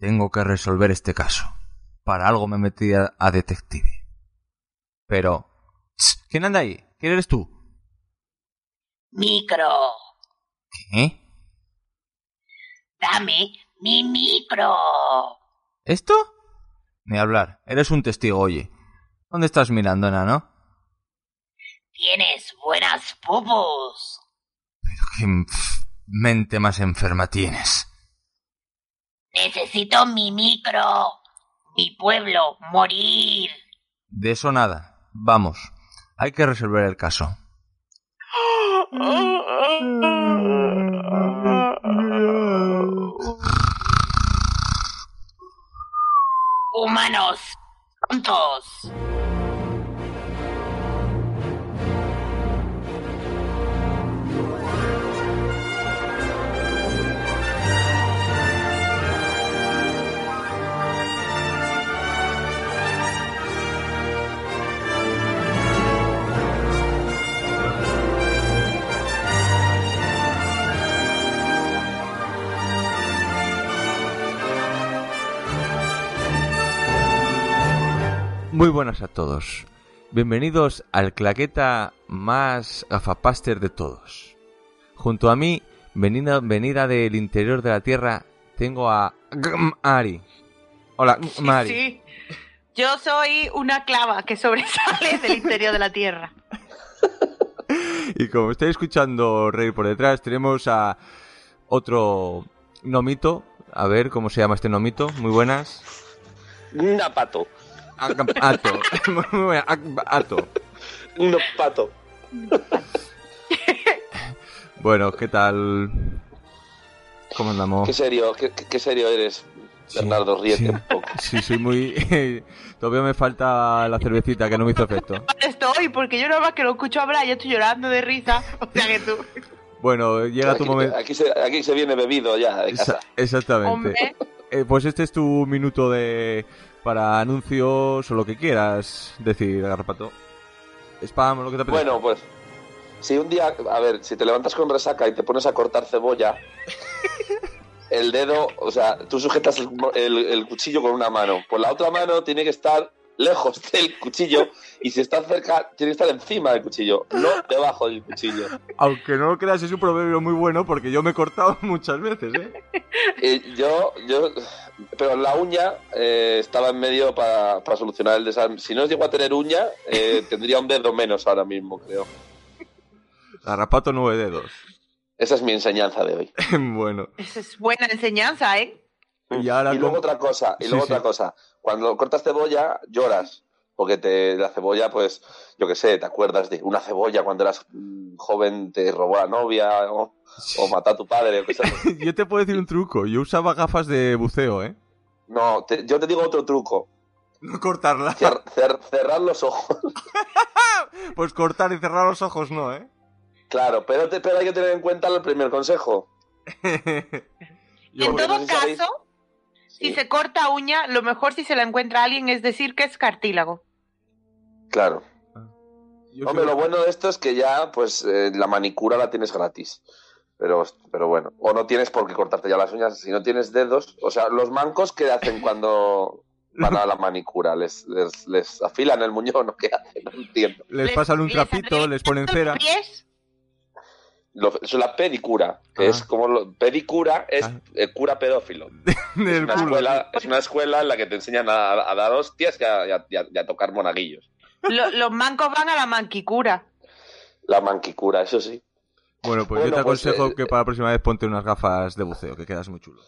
Tengo que resolver este caso. Para algo me metí a, a detective. Pero... tss, ¿Quién anda ahí? ¿Quién eres tú? Micro. ¿Qué? Dame mi micro. ¿Esto? Ni hablar. Eres un testigo, oye. ¿Dónde estás mirando, enano? Tienes buenas pupus. Qué pf, mente más enferma tienes. Necesito mi micro. Mi pueblo, morir. De eso nada. Vamos. Hay que resolver el caso. Humanos, tontos. Muy buenas a todos. Bienvenidos al claqueta más afapaster de todos. Junto a mí, venida, venida del interior de la Tierra, tengo a Gm Ari. Hola, Gm Ari. Sí. Yo soy una clava que sobresale del interior de la Tierra. Y como estáis escuchando reír por detrás, tenemos a otro nomito. A ver cómo se llama este nomito. Muy buenas. Un pato. Ato. Muy buenas. Ato. Un pato. Bueno, ¿qué tal? ¿Cómo andamos? Qué serio, qué, qué- qué serio eres, Bernardo. Ríete sí. un poco. Sí, soy muy... Todavía me falta la cervecita que no me hizo efecto. Estoy, porque yo nada más que lo escucho hablar y estoy llorando de risa. O sea que tú, Bueno, llega tu aquí, momento... aquí se, aquí se viene bebido ya de casa. Esa- exactamente. hombre, Eh, pues este es tu minuto de para anuncios o lo que quieras decir, Garrapato. Spam, lo que te apetezca. Bueno, pues. Si un día. A ver, si te levantas con resaca y te pones a cortar cebolla. El dedo, o sea, tú sujetas el, el- el cuchillo con una mano. Pues la otra mano tiene que estar lejos del cuchillo. Y si está cerca, tiene que estar encima del cuchillo. No debajo del cuchillo. Aunque no lo creas, es un proverbio muy bueno porque yo me he cortado muchas veces, ¿eh? Eh, yo, yo, pero la uña eh, estaba en medio para, para solucionar el desarme. Si no llego a tener uña, eh, tendría un dedo menos ahora mismo, creo. Garrapato nueve dedos. Esa es mi enseñanza de hoy. bueno. esa es buena enseñanza, ¿eh? Y ahora luego con- otra cosa, y Sí, luego sí. otra cosa. Cuando cortas cebolla, lloras. Porque te, la cebolla, pues, yo qué sé, te acuerdas de una cebolla cuando eras mm, joven, te robó la novia o, o mató a tu padre. o qué sé. Yo te puedo decir un truco. Yo usaba gafas de buceo, ¿eh? No, te- yo te digo otro truco. No cortarla. Cer- cer- cerrar los ojos. Pues cortar y cerrar los ojos no, ¿eh? Claro, pero, te- pero hay que tener en cuenta el primer consejo. Yo- en porque todo no sé si caso, si Sí. se corta uña, lo mejor si se la encuentra alguien es decir que es cartílago. Claro. yo creo- Hombre, lo bueno de esto es que ya, pues, eh, la manicura la tienes gratis. Pero, pero bueno, o no tienes por qué cortarte ya las uñas si no tienes dedos. O sea, los mancos, ¿qué hacen cuando van a la manicura? ¿Les, les, les afilan el muñón o qué hacen? No entiendo. Les pasan un trapito, les ponen cera. Los pies, Lo- es la pedicura, que Ah. es como... lo- pedicura es Ah. eh, cura pedófilo. Es Del una, culo. escuela, es una escuela en la que te enseñan a, a dar hostias y a, y a- y a- y a tocar monaguillos. lo- los mancos van a la manquicura. La manquicura, eso sí. Bueno, pues yo Bueno, te pues, aconsejo eh, que para la próxima vez ponte unas gafas de buceo, que quedas muy chulo.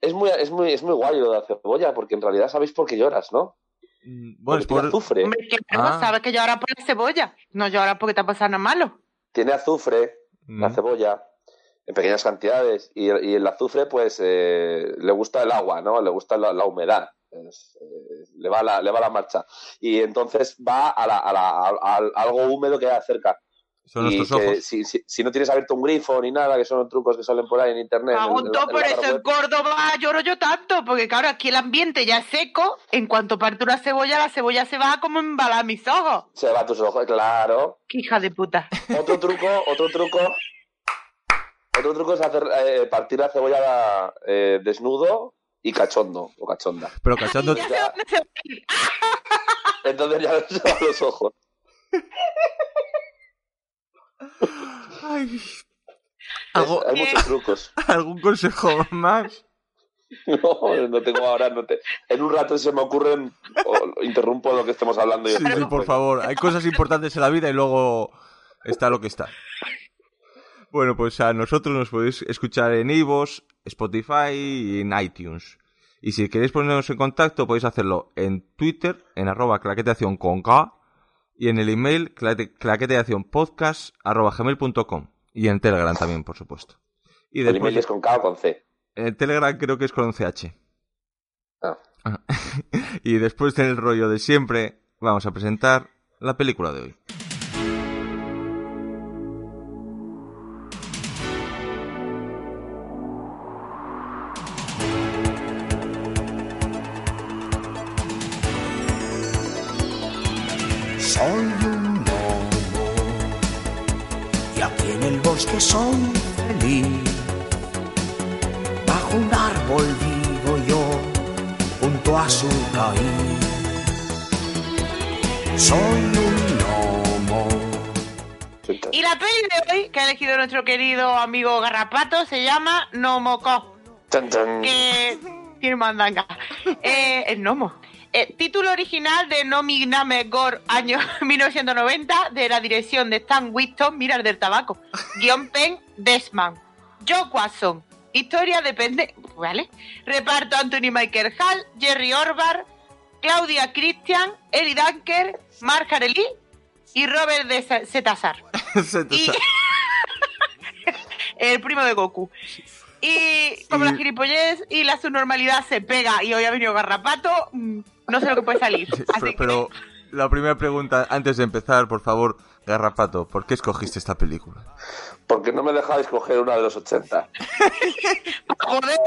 Es muy, es, muy, es muy guay lo de la cebolla, porque en realidad sabéis por qué lloras, ¿no? Mm, Bueno, Porque es tiene por... azufre. Hombre, claro, Ah. sabes que llora por la cebolla. No llora porque te ha pasado nada malo. Tiene azufre, Mm, la cebolla, en pequeñas cantidades. Y, y el azufre, pues, eh, le gusta el agua, ¿no? Le gusta la, la humedad. Eh, le va la, le va la marcha. Y entonces va a, la- a la- a- a algo húmedo que hay cerca. Son Y nuestros que ojos. Si, si- si no tienes abierto un grifo ni nada, que son trucos que salen por ahí en internet. en- en la- Preguntó en por la eso web. en Córdoba lloro yo tanto, porque claro, aquí el ambiente ya es seco. En cuanto parte una cebolla, la cebolla se va como embalar mis ojos. Se va a tus ojos, claro. ¡Qué hija de puta! Otro truco, otro truco. Otro truco es hacer eh, partir la cebolla eh, desnudo y cachondo o cachonda. Pero cachondo, Ya sé dónde se va a ir. Entonces ya no se van los ojos. ¿algo- Hay muchos trucos. ¿algún consejo más? No, no tengo ahora. No te... En un rato se me ocurren. o interrumpo lo que estemos hablando. y- pues, Sí, sí, por favor. Hay cosas importantes en la vida y luego está lo que está. Bueno, pues a nosotros nos podéis escuchar en Ivos, Spotify y en iTunes. Y si queréis ponernos en contacto, podéis hacerlo en Twitter, en arroba claqueteación con K, y en el email claqueteacionpodcast arroba gmail.com. Y en Telegram también, por supuesto. Y El email después, es con K o con C. en Telegram creo que es con CH. Ah. Ah. y después del rollo de siempre, vamos a presentar la película de hoy. Soy un lobo y aquí en el bosque soy feliz. Bajo un árbol vivo yo, junto a su raíz. Soy un lobo. Y la peli de hoy, que ha elegido nuestro querido amigo Garrapato, se llama Nomocó. Tan, tan. que tiene mandanga. Eh, el Nomo. Eh, título original de Nomi Gname Gore, año 1990, de la dirección de Stan Winston, Mirar del Tabaco. Guión Pen, Desman. Joe Watson. Historia depende. ¿Vale? Reparto Anthony Michael Hall, Jerry Orbar, Claudia Christian, Eli Dunker, Mark Harelli y Robert de Sa- Setazar Se te y... sa- el primo de Goku. Y como Y- la gilipollez y la subnormalidad se pega y hoy ha venido Garrapato, mm, no sé lo que puede salir. Así pero, pero la primera pregunta, antes de empezar, por favor, Garrapato, ¿por qué escogiste esta película? ¿Por qué no me dejáis coger una de los 80? que, joder,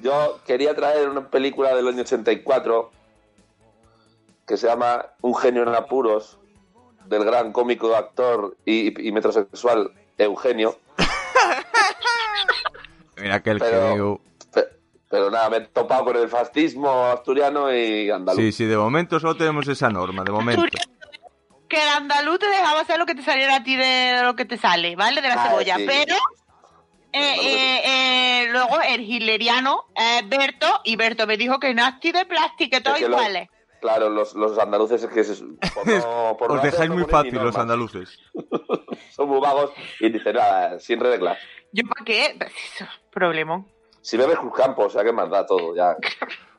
Yo quería traer una película del año 84 que se llama Un genio en apuros, del gran cómico, actor y, y metrosexual Eugenio. Mira aquel Pero- genio. Pe- Pero nada, me he topado con el fascismo asturiano y andaluz. Sí, sí, de momento solo tenemos esa norma, de momento. que el andaluz te dejaba hacer lo que te saliera a ti de lo que te sale, ¿vale? De la Ah, cebolla. sí. Pero eh, eh, eh, luego el hitleriano, eh, Berto, y Berto me dijo que nasty de plástico, todos Es que lo- iguales. Claro, los, los andaluces es que se- por no- por Os raza dejáis no muy ponen ni fácil los normas. andaluces. Son muy vagos y dicen, nada, sin reglas. ¿Yo para qué? Problemón. Si bebes Cruz Campo, o sea que más da todo ya.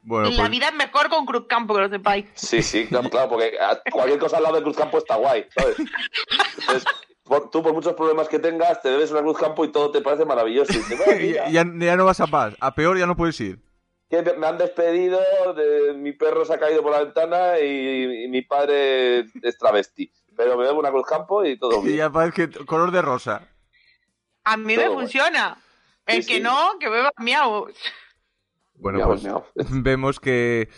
Bueno, la pues vida es mejor con Cruz Campo, que lo sepáis. Sí, sí, claro, claro, porque a- cualquier cosa al lado de Cruz Campo está guay, ¿sabes? Entonces, por- tú por muchos problemas que tengas, te bebes una Cruz Campo y todo te parece maravilloso. Y dices, "Bueno, mira, ya, ya- ya no vas a paz, a peor ya no puedes ir. que me- me han despedido, de- mi perro se ha caído por la ventana y, y mi padre es travesti. Pero me bebo una Cruz Campo y todo Y bien. ya parece que color de rosa. A mí me Todo guay. funciona. El Sí, que sí. no, que beba miau. Bueno, Miau, pues miau. vemos que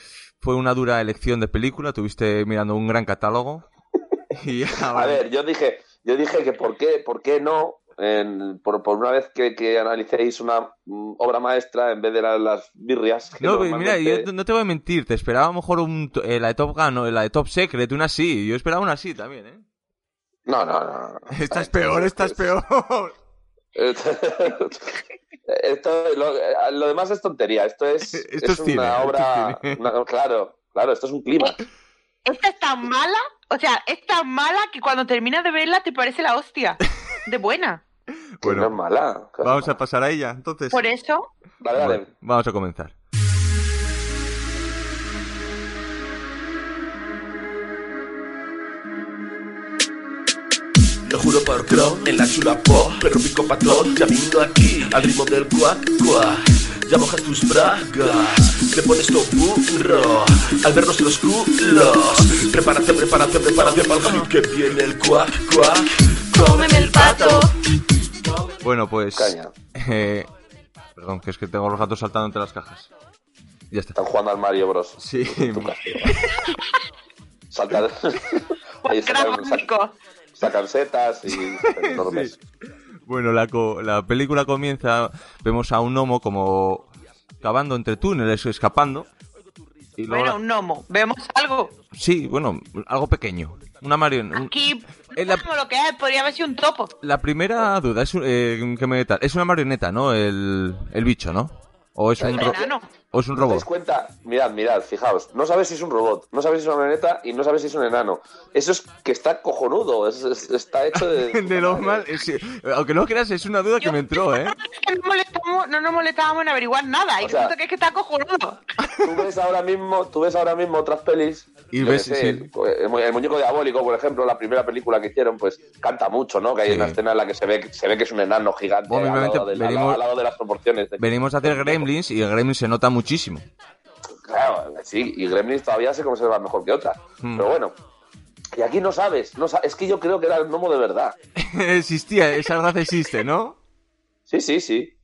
fue una dura elección de película, tuviste mirando un gran catálogo. Y ahora- A ver, yo dije, yo dije que por qué, por qué no, en- por, por una vez que, que analicéis una mm, obra maestra en vez de la- las birrias. que no, pero mira, normalmente- yo no te voy a mentir, te esperaba a lo mejor un, to- eh, la de Top Gun o la de Top Secret, una así, yo esperaba una así también, ¿eh? no, no, no, no. Esta es peor, esta es peor. Este, Esto, lo, lo demás es tontería. Esto es, Esto es es cine, una esto es obra. cine. una- claro, claro, esto es un clima. Esta es tan mala, o sea, es tan mala que cuando terminas de verla te parece la hostia. De buena. Bueno, Bueno. no es mala. Vamos a pasar a ella, entonces. Por eso, Vale, vale. Bueno, vamos a comenzar. Lo juro por Cro, en la chula po, perro pico patrón, camino aquí, al ritmo del cuac cuac. Ya moja tus bragas, te pones todo burro al vernos los culos. Prepárate, prepárate, prepárate para el hit que viene el cuac, cuac. Cómeme el pato. Bueno, pues. Caña. eh, perdón, que es que tengo los gatos saltando entre las cajas. Ya está. Están jugando al Mario Bros. Sí. Tu castigo. Saltar. Ahí sacan, Gráfico. sacan setas y. enormes. Bueno, la, co- la película comienza, vemos a un gnomo como cavando entre túneles, escapando. Y luego- Bueno, un gnomo. Vemos algo. Sí, bueno, algo pequeño. Una Mm. marioneta. Aquí, Es la- como lo que es, podría haber sido un topo. La primera duda es, un- eh, que me tal- es una marioneta, ¿no? El, el bicho, ¿no? O es, un ro- enano. o es un ¿Os robot. dais cuenta? Mirad, mirad, fijaos. No sabéis si es un robot, no sabéis si es una marioneta y no sabéis si es un enano. Eso es que está cojonudo, es- es- está hecho de. De lo mal, es- eh, aunque no creas, es una duda que Yo- me entró, ¿eh? Es que no, molestamos- no nos molestábamos en averiguar nada. Y O sea- resulta que es que está cojonudo. Tú ves ahora mismo, tú ves ahora mismo otras pelis. Y yo ves, qué sí. el, el mu- el muñeco diabólico, por ejemplo, la primera película que hicieron, pues canta mucho, ¿no? Que hay Sí. una escena en la que se ve, se ve que es un enano gigante Bueno, al, lado obviamente, del- al lado- venimos- al lado de las proporciones. de- Venimos a hacer gremlins y el gremlin se nota muchísimo. Claro, sí, y Gremlins todavía se conserva mejor que otras. Hmm. Pero bueno. Y aquí no sabes, no sa- es que yo creo que era el gnomo de verdad. Existía, esa raza existe, ¿no? Sí, sí, sí.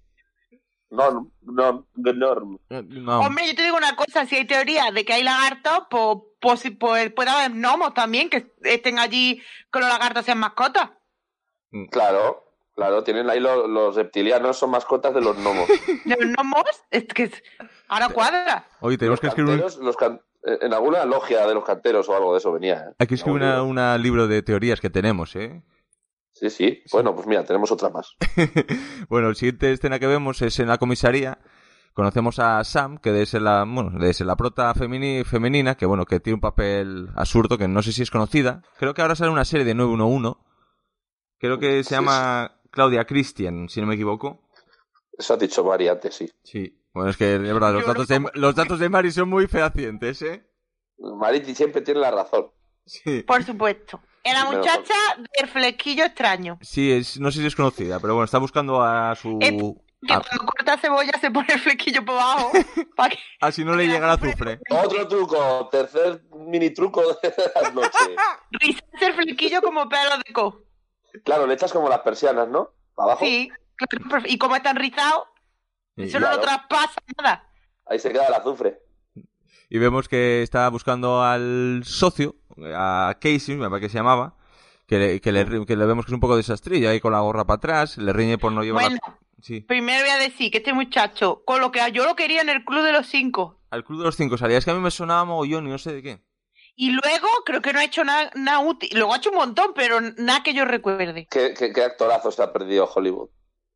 No, no, no. Eh, No. Hombre, yo te digo una cosa. Si hay teoría de que hay lagartos, pues, pues, si- pues puede haber gnomos también que estén allí con los lagartos sean mascotas. Claro, claro, tienen ahí lo- los, reptilianos, son mascotas de los gnomos. De los gnomos, es que es- ahora cuadra. Oye, tenemos los que escribir un, canteros, los can- eh, en alguna logia de los canteros o algo de eso venía. ¿eh? hay que escribir una, una libro de teorías que tenemos, ¿eh? Sí, sí. Bueno, pues mira, tenemos otra más. Bueno, la siguiente escena que vemos es en la comisaría. Conocemos a Sam, que es la, bueno, es la prota femini- femenina, que bueno, que tiene un papel absurdo, que no sé si es conocida. Creo que ahora sale una serie de 911. Creo que se Sí, llama Claudia Christian, si no me equivoco. Eso has dicho Mari antes, sí. Sí. Bueno, es que de verdad, los Yo datos de, los datos de Mari son muy fehacientes, ¿eh? Mari siempre tiene la razón. Sí. Por supuesto. En la Pero- muchacha del flequillo extraño. Sí, es, no sé si es conocida, pero bueno, está buscando a su... Eh, Que A, cuando corta cebolla se pone el flequillo por abajo. pa' que- a si no le llega el azufre. Otro truco, tercer mini truco de la noche. Rizarse el flequillo como pelo de co. Claro, le echas como las persianas, ¿no? Abajo. Sí, claro, perfe- y como están rizados, Y- eso no lo claro. traspasa nada. Ahí se queda el azufre. Y vemos que está buscando al socio, a Casey, me parece que se llamaba, que le, que le, ri- que le vemos que es un poco desastrilla ahí con la gorra para atrás, le riñe por no llevar la- Bueno, Sí. primero voy a decir que este muchacho, con lo que yo lo quería en el club de los cinco, Al club de los cinco salía, es que a mí me sonaba mogollón y no sé de qué. y luego creo que no ha hecho nada nada útil. Luego ha hecho un montón, pero nada que yo recuerde. ¿Qué, qué, qué actorazo se ha perdido Hollywood?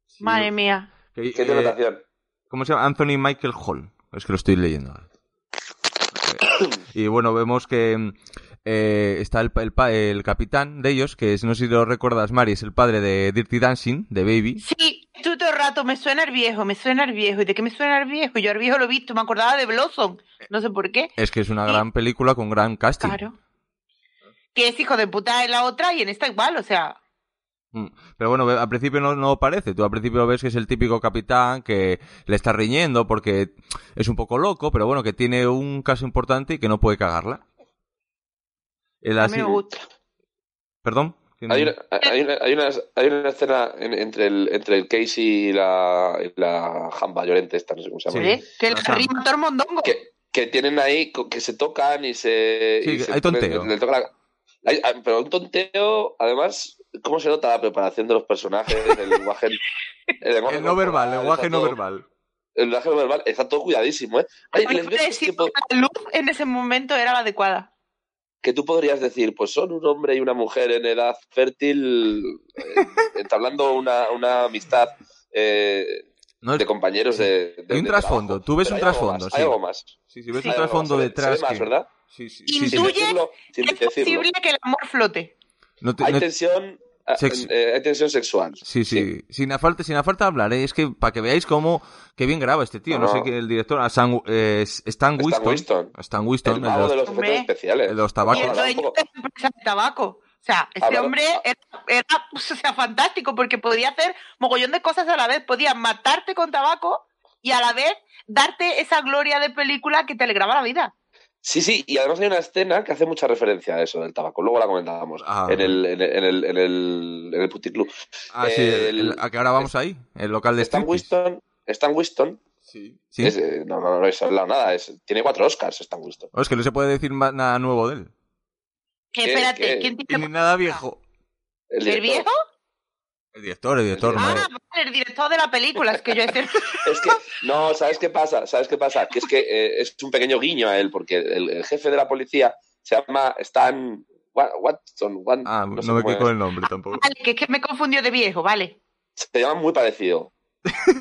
Sí, Madre mía. que- ¿Qué eh, interpretación? ¿Cómo se llama? Anthony Michael Hall. Es que lo estoy leyendo ahora. Y bueno, vemos que mm, eh, está el, pa- el, pa- el capitán de ellos, que es, no sé si lo recuerdas, Mari, es el padre de Dirty Dancing, de Baby. Sí, tú todo el rato me suena el viejo, me suena el viejo. ¿Y de qué me suena el viejo? Yo al viejo lo he visto, me acordaba de Blossom, no sé por qué. Es que es una Sí. gran película con gran casting. Claro. Que es hijo de puta en la otra y en esta igual, o sea. Mm. Pero bueno, al principio no, no parece. Tú al principio ves que es el típico capitán que le está riñendo porque es un poco loco, pero bueno, que tiene un caso importante y que no puede cagarla. El A así- mí me gusta. Perdón. Hay una, hay una, hay una, hay una escena en- entre, el, entre el Casey y la, y la Jamba Llorente, esta, no sé cómo se llama. ¿Eh? Que le Ajá. rima todo el mondongo. Que, que tienen ahí, co- que se tocan y se. Sí, y que se- hay tonteo. le- le toca la- hay- ah, pero un tonteo, además, ¿cómo se nota la preparación de los personajes? El lenguaje. El, lenguaje El Eh, no verbal, el corporal, lenguaje Ah, está no todo- verbal. El lenguaje no verbal está todo cuidadísimo, ¿eh? Ay, Hay les que ves decir tipo- que la luz en ese momento era la adecuada. que tú podrías decir, pues son un hombre y una mujer en edad fértil eh, entablando una, una amistad eh, No, es- de compañeros de, de- Hay un de trasfondo, trabajo. tú ves Pero un hay algo trasfondo, más, sí. Hay algo más. sí, sí, ves Sí, un hay algo trasfondo más, se ve- detrás. Se ve más, que- ¿verdad? Sí, sí, Y sí, sí. Sin Intuye decirlo, sin Es decirlo. posible que el amor flote. No te- Hay no- tensión, ah, Sex- eh, hay tensión sexual. Sí, sí, sin falta, sin falta hablar, ¿eh? es que para que veáis cómo que bien graba este tío, no, No. sé qué el director, a Sam- eh, Stan Stan Winston, Winston. Stan El Winston, el de mago los- de los Hombre. efectos especiales. de los Y tabacos. Bueno, el ahora un dueño poco- de la empresa de tabaco. O sea, este Hablando- hombre era, era, pues, o sea, fantástico porque podía hacer mogollón de cosas a la vez. Podía matarte con tabaco y a la vez darte esa gloria de película que te alegraba la vida. Sí, sí, y además hay una escena que hace mucha referencia a eso del tabaco. Luego la comentábamos Ah. en, el, en, el, en, el, en, el, en el puticlub. Ah, sí, El- el- ¿a que ahora vamos ahí? El local de Stan striptease. Winston, Stan Winston Sí. ¿Sí? es, eh, no, no, no habéis hablado nada, es- tiene cuatro Oscars Stan Winston. Oh, es que no se puede decir ma- nada nuevo de él. Que ¿Qué- espérate, qué? ¿quién Y tiene ni nada viejo. El, ¿El director. viejo? El director, el director. Ah, no. vale, el director de la película, es que yo ese- Es que, no, ¿sabes qué pasa? ¿Sabes qué pasa? Que es que eh, es un pequeño guiño a él, porque el, el jefe de la policía se llama Stan Wa- Watson. Wan- Ah, no, sé me cómo quedé con es. el nombre tampoco. Vale, que es que me confundió de viejo, vale. Se llama muy parecido.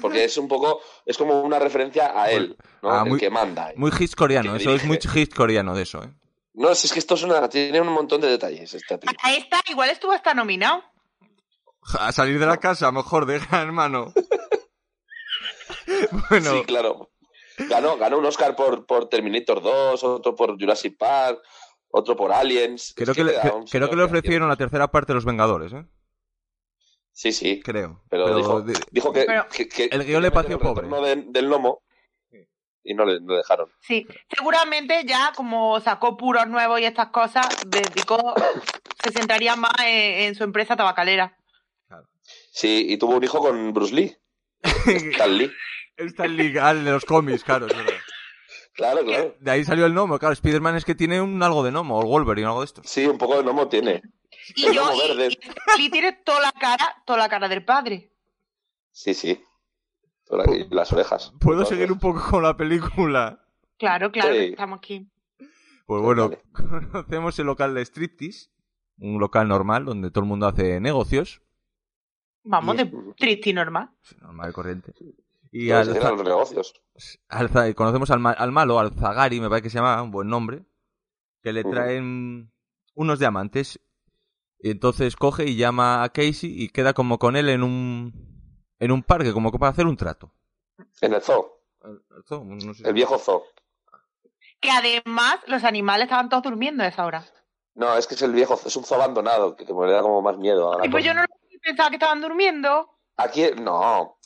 Porque es un poco, es como una referencia a él, ¿no? Ah, El muy- que manda. Muy hit coreano, Que eso es muy dirige. hit coreano de eso, ¿eh? No, si es que esto es una, tiene un montón de detalles este esta película. A esta igual estuvo hasta nominado. A salir de la casa, mejor, de gran hermano. bueno, Sí, claro. Ganó, ganó un Oscar por, por Terminator 2, otro por Jurassic Park, otro por Aliens. creo Es que, le, da que- creo un que señor le creativo. ofrecieron la tercera parte de Los Vengadores, ¿eh? Sí, sí. Creo. Pero, dijo, de- dijo que, Pero- que- que- el guión le pareció el retorno pobre. de- del lomo y no le, no le dejaron. Sí, seguramente ya como sacó puros nuevos y estas cosas, dedicó, se centraría más en, en su empresa tabacalera. Sí, y tuvo un hijo con Bruce Lee. Stan Lee. Está el legal de los cómics, claro, es verdad. Claro, claro. De ahí salió el gnomo, claro. Spider-Man es que tiene un algo de gnomo, o el Wolverine, algo de esto. Sí, un poco de lomo tiene. Y yo, Lomo y, verde. y- y tiene toda la cara, toda la cara del padre. Sí, sí. Por aquí, las orejas. ¿Puedo Las seguir un orejas. poco con la película? Claro, claro, Sí. que estamos aquí. Pues bueno, conocemos el local de striptease, un local normal donde todo el mundo hace negocios, Vamos Y- de triste y normal. normal y corriente. Y Pues al, eran los negocios. al za- conocemos al, ma- al malo, al Zagari, me parece que se llama, un buen nombre, que le Ujú. traen unos diamantes. Y entonces coge y llama a Casey y queda como con él en un, en un parque, como que para hacer un trato. En el zoo. Esto, no sé si- El viejo zoo. Que además los animales estaban todos durmiendo a esa hora. No, es que es el viejo zoo. Es un zoo abandonado, que, que me da como más miedo. a la Y pues cosa. yo no lo- pensaba que estaban durmiendo. Aquí, no.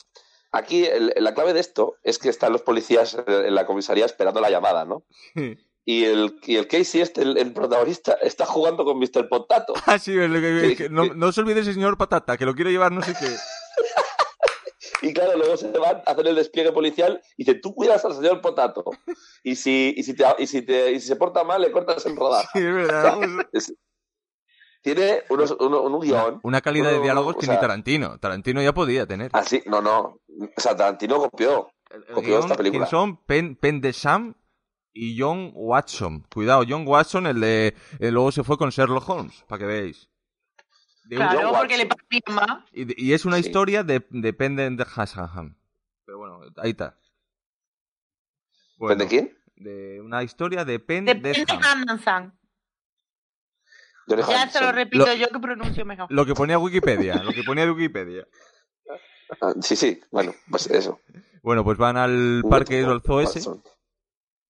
Aquí el- la clave de esto es que están los policías en- en la comisaría esperando la llamada, ¿no? Hmm. Y el, y el Casey, este, el, el protagonista, está jugando con Mr. Potato. Ah, sí, el- el- el- Sí, que- no, sí. no se olvide ese señor Patata, que lo quiere llevar no sé qué. Y claro, luego se van a hacer el despliegue policial y dice, tú cuidas al señor Potato. Y si, y si, te, y si, te- y si se porta mal, le cortas el rodaje. Sí, es verdad. Tiene unos, uno- un guión. Una calidad de Uno- diálogos o que sea, ni Tarantino. Tarantino ya podía tener. Así, no, no. O sea, Tarantino copió. El copió guión, esta película. quien Eh, son Pen, Pen de Sam y John Watson. Cuidado, John Watson, el de. el luego se fue con Sherlock Holmes, para que veáis. De un- Claro, Watson. porque le parecía más. y, de- y es una Sí. historia de, de Pen de, de Hasselhoff. Pero bueno, ahí está. Bueno, ¿De quién? de una historia de Pen de, Depende de Ham. Anderson. John Ya se Hanson. lo repito Lo- yo que pronuncio mejor. Lo que ponía Wikipedia, lo que ponía de Wikipedia. Ah, Sí, sí. Bueno, pues eso. Bueno, pues van al parque del zoo ese Watson.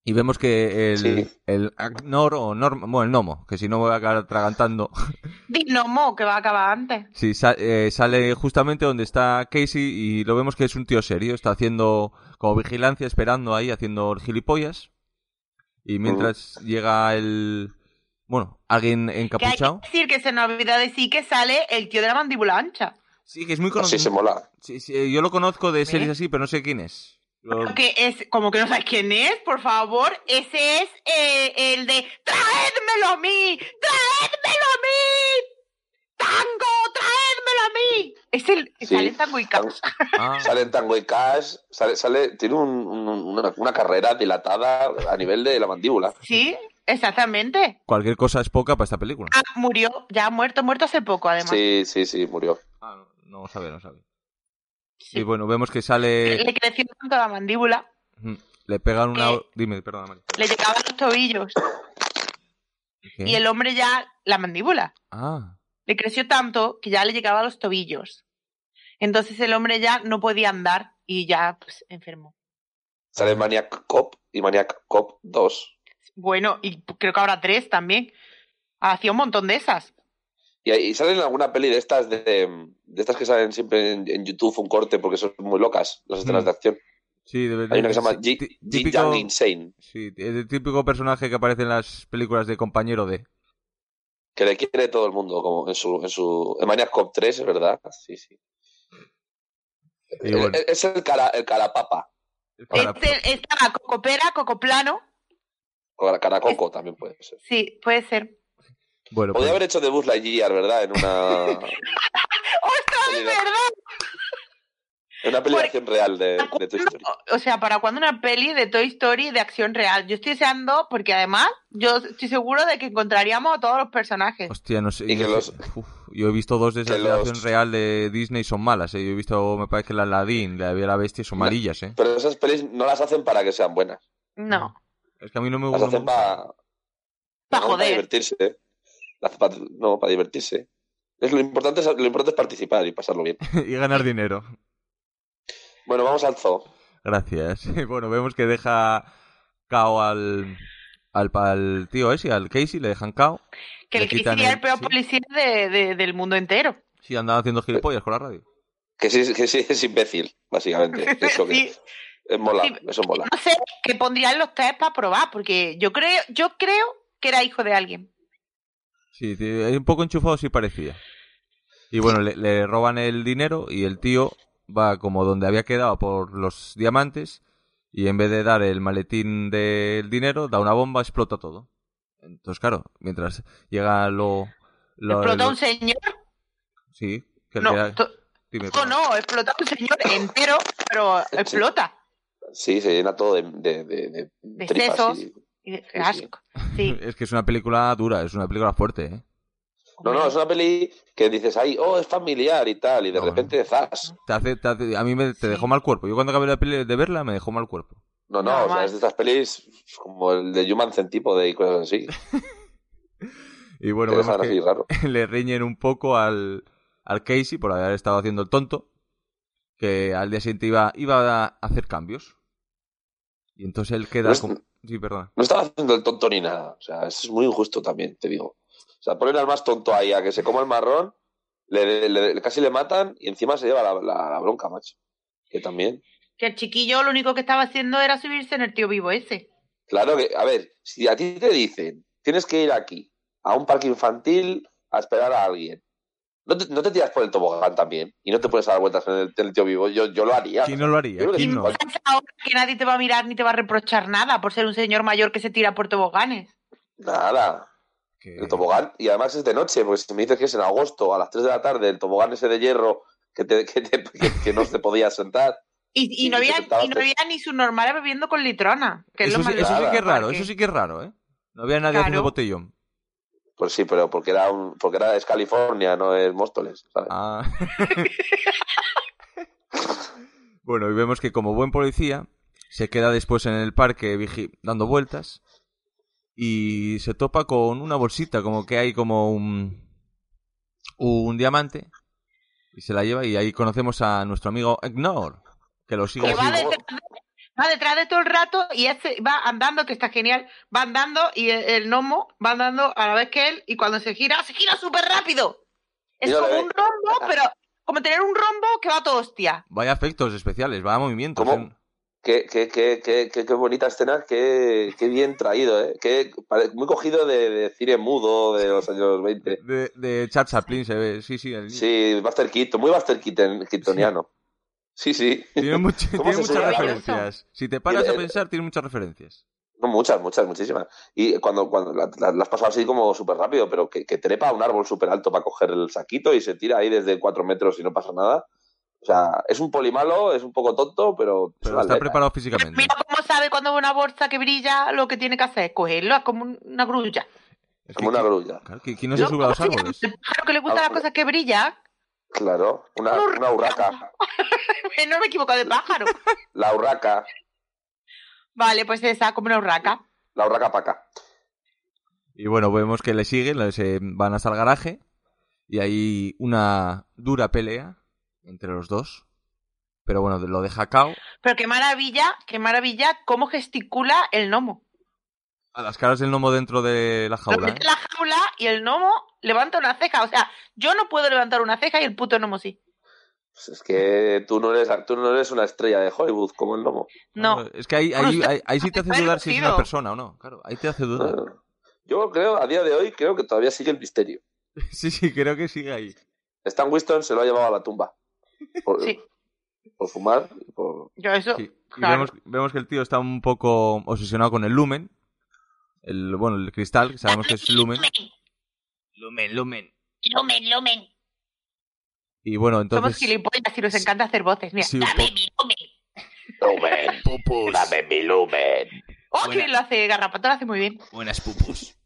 y vemos que el, Sí. el Agnor o Norm, bueno, el Nomo, que si no me voy a acabar atragantando, Dinomo, que va a acabar antes. sí, sa- eh, sale justamente donde está Casey y lo vemos que es un tío serio, está haciendo como vigilancia, esperando ahí, haciendo gilipollas. Y mientras llega el... Bueno, alguien Que hay que encapuchado. decir que se nos olvida decir que sale el tío de la mandíbula ancha. Sí, que es muy Así se conocido. mola. Sí, sí, yo lo conozco de series así, pero no sé quién es. Lo- Que es, como que no sabes quién es, por favor. Ese es eh, el de ¡Traédmelo a mí! ¡Traédmelo a mí! ¡Tango! ¡Traédmelo a mí! Es el. Sí. Sale en Tango y Cash. Ah. Sale en Tango y Cash, sale, sale, tiene un- un- una, una carrera dilatada a nivel de la mandíbula. Sí, exactamente. Cualquier cosa es poca para esta película. Ah, murió, ya ha muerto, muerto hace poco, además. Sí, sí, sí, murió. Ah, no, no sabe, no sabe. Sí. Y bueno, vemos que sale. Le creció tanto la mandíbula, Mm, Le pegan una. Eh, Dime, perdona, María. le llegaban los tobillos. ¿Qué? Y el hombre ya, la mandíbula, Ah, le creció tanto que ya le llegaba a los tobillos. Entonces el hombre ya no podía andar y ya, pues, enfermó. Sale Maniac Cop y Maniac Cop 2. Bueno, y creo que ahora tres también. Hacía un montón de esas. Y, ahí salen alguna peli de estas de, de estas que salen siempre en, en YouTube un corte porque son muy locas las escenas Mm. de acción. Sí, de Hay una que se llama sí, Ji- tí- Ji típico- Yang Insane, Sí, el típico personaje que aparece en las películas de compañero de. que le quiere todo el mundo, como en su. En, su, en Maniac Cop 3, es verdad. Sí, sí. Y El- bueno, el- es el, cara, el carapapa. eh, para- Este, estaba Cocopera, Cocoplano. O cara- caracoco también puede ser. Sí, puede ser. bueno, pues, Podría haber hecho de Buzz Lightyear, ¿verdad? En ¡Oh, una. ¡Ostras, es Mira. verdad! en una peli de Por- acción real de, de Toy Story. O sea, ¿para cuando una peli de Toy Story de acción real? Yo estoy deseando, porque además, yo estoy seguro de que encontraríamos a todos los personajes. hostia, no sé. Y que no sé. Uf, yo he visto dos de esas que de los- acción real de Disney son malas. ¿eh? Yo he visto, me parece que la Aladdin, la de Bella y la Bestia son No. malillas, ¿eh? Pero esas pelis no las hacen para que sean buenas. No. Es que a mí no me Las gusta. hacen para. Pa' Para joder. divertirse. ¿eh? Las- pa- no, para divertirse. Es lo, importante es, lo importante es participar y pasarlo bien. y ganar dinero. Bueno, vamos al zoo. Gracias. Bueno, vemos que deja cao al, al, al tío ese, al Casey, le dejan cao. Que Le el que quitan sería el- el peor sí. policía de- de- del mundo entero. Sí, andaba haciendo gilipollas con la radio. Que sí, que sí es imbécil, básicamente. Eso que Sí. es mola, Sí. eso mola. No sé qué pondrían los test para probar, porque yo creo, yo creo que era hijo de alguien. Sí, sí, un poco enchufado sí parecía. Y bueno, le, le roban el dinero y el tío va como donde había quedado por los diamantes y en vez de dar el maletín del dinero, da una bomba, explota todo. Entonces, claro, mientras llega lo... lo- Explotó lo- un señor. Sí, que No, queda- to- dime, no, no, explotó un señor entero, pero explota. Sí, se llena todo de, de, de- de De tripas. sesos. y- Y- sí. asco. Sí. Es que es una película dura, es una película fuerte, ¿eh? No, no, es una peli que dices, ay, oh, es familiar y tal, y de No, repente, zas. Te hace- te hace- a mí me, te Sí. dejó mal cuerpo. Yo cuando acabé la peli de verla me dejó mal cuerpo. No, no, Nada o sea, más. es de estas pelis como el de Human Centipode y cosas así. Y bueno, te vemos dejan que- así raro. le riñen un poco al, al Casey por haber estado haciendo el tonto, que al día siguiente iba, iba a hacer cambios. Y entonces él queda Pues- como... Sí, perdón. No estaba haciendo el tonto ni nada. O sea, eso es muy injusto también, te digo. O sea, ponen al más tonto ahí a que se coma el marrón, le, le- le- casi le matan y encima se lleva la, la- la bronca, macho. Que también. Que el chiquillo lo único que estaba haciendo era subirse en el tío vivo ese. Claro que, a ver, si a ti te dicen, tienes que ir aquí, a un parque infantil, a esperar a alguien. No te, no te tiras por el tobogán también y no te pones a dar vueltas en el, en el tío vivo. Yo, yo lo haría. ¿Quién no lo haría? Yo creo que ¿Quién sí, no? cual- Piensa ahora que nadie te va a mirar ni te va a reprochar nada por ser un señor mayor que se tira por toboganes. Nada. Que- El tobogán, y además es de noche, porque si me dices que es en agosto a las 3 de la tarde, el tobogán ese de hierro que, te- que te- que- que no te podías sentar. Y, y Sí, no había, te sentabas y no había ni subnormales bebiendo con litrona. Que es Eso, lo sí, más eso sí raro que es del raro, parque. eso sí que es raro, ¿eh? No había nadie Claro. haciendo botellón. Pues sí, pero porque era un, porque era es California, no es Móstoles, ¿sabes? Ah. bueno, y vemos que como buen policía se queda después en el parque vigi- dando vueltas y se topa con una bolsita, como que hay como un un diamante y se la lleva y ahí conocemos a nuestro amigo Ignore, que lo sigue que va Como si- así. detrás, de- va detrás de todo el rato y ese va andando, que está genial, va andando y el, el gnomo va andando a la vez que él y cuando se gira, se gira súper rápido. Es Mira, como bebé. un rombo, pero como tener un rombo que va a todo hostia. Vaya efectos especiales, vaya movimientos. ¿Cómo? ¿eh? Qué, qué, qué, qué, qué- qué bonita escena, qué, qué bien traído, ¿eh? Qué, pare- muy cogido de, de cine mudo de los años 20. De, de Chad Chaplin se ve, sí, sí. el- Sí, Buster Keaton, muy Buster Keaton, Keatoniano. Sí, sí. Tiene, mucho- ¿Cómo tiene se muchas llama? referencias. Si te paras Tiene- a pensar, tiene muchas referencias. No, muchas, muchas, muchísimas. Y cuando, cuando la, la- la has pasado así como súper rápido, pero que, que trepa a un árbol súper alto para coger el saquito y se tira ahí desde cuatro metros y no pasa nada. O sea, es un polimalo, es un poco tonto, pero, es Pero una está atleta. preparado físicamente. Mira cómo sabe cuando ve una bolsa que brilla lo que tiene que hacer, es cogerlo, es como un- una grulla. Es que Como una qui- grulla. claro, que- ¿Quién no se ¿No? sube a los ¿Cómo se llama? árboles? El pájaro que le gustan las Árbol. cosas que brillan. Claro, una, Una una urraca. no me he equivocado de pájaro. La urraca, Vale, pues esa, como una urraca. la urraca paca. Y bueno, vemos que le siguen, le- se van hasta el garaje y hay una dura pelea entre los dos. Pero bueno, lo deja cao. Pero qué maravilla, qué maravilla cómo gesticula el gnomo. A las caras del gnomo dentro de la Lo jaula. mete ¿eh? en la jaula y el gnomo levanta una ceja. O sea, yo no puedo levantar una ceja y el puto gnomo sí. Pues es que tú no eres, tú no eres una estrella de Hollywood como el lomo. No. Claro, Es que ahí, ahí, Bueno, ahí- ahí sí te hace está dudar si es una divertido. persona o no. Claro, ahí te hace dudar. Yo creo, a día de hoy, creo que todavía sigue el misterio. Sí, sí, creo que sigue ahí. Stan Winston se lo ha llevado a la tumba. Por, Sí. por fumar. y por- Yo eso. Ah, Sí, y claro. vemos, vemos que el tío está un poco obsesionado con el lumen. El, bueno, el cristal, que sabemos que es lumen. Lumen, lumen. Lumen, lumen. Y bueno, Somos entonces... gilipollas y nos encanta hacer voces. Mira. sí, un Dame po- mi lumen. Lumen, Pues Popos. dame mi lumen. Oh, que lo hace Garrapato, lo hace muy bien. Buenas pupus.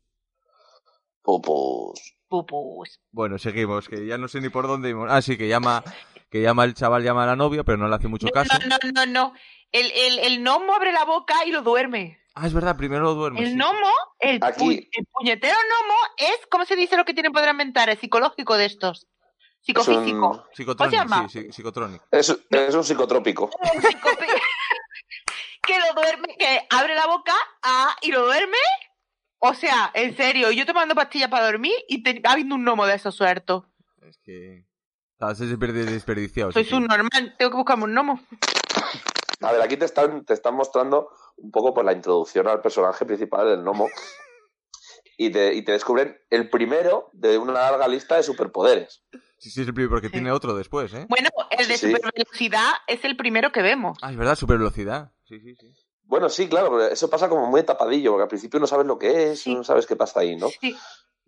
Pupus. Pupus. Bueno, seguimos, que ya no sé ni por dónde íbamos. Ah, sí, que llama, que llama el chaval, llama a la novia, pero no le hace mucho No, caso. no, no, no, no. El, el, el gnomo abre la boca y lo duerme. Ah, es verdad, primero duerme. El sí. gnomo, el, pu- Aquí- el puñetero gnomo es, ¿cómo se dice lo que tienen poder mental? Es psicológico de Es estos. un- Psicofísico. Psicotronic, ¿Cómo se llama? sí, sí, psicotronic. Es, es un psicotrópico. Psicopi- que lo duerme, que abre la boca ah, y lo duerme. O sea, en serio, yo tomando pastillas para dormir y te, habiendo un gnomo de esos suelto. Es que... ah, Estás desperdi- desperdiciado. Soy Pues sí, sí. subnormal, tengo que buscarme un gnomo. A ver, aquí te están, te están mostrando un poco por la introducción al personaje principal del gnomo. Y te, y te descubren el primero de una larga lista de superpoderes. Sí, sí, es el primero, porque tiene otro después, ¿eh? Bueno, el de Sí, sí. supervelocidad es el primero que vemos. Ah, es verdad, super velocidad. Sí, sí, sí. Bueno, sí, claro, pero eso pasa como muy tapadillo, porque al principio no sabes lo que es, Sí. no sabes qué pasa ahí, ¿no? Sí.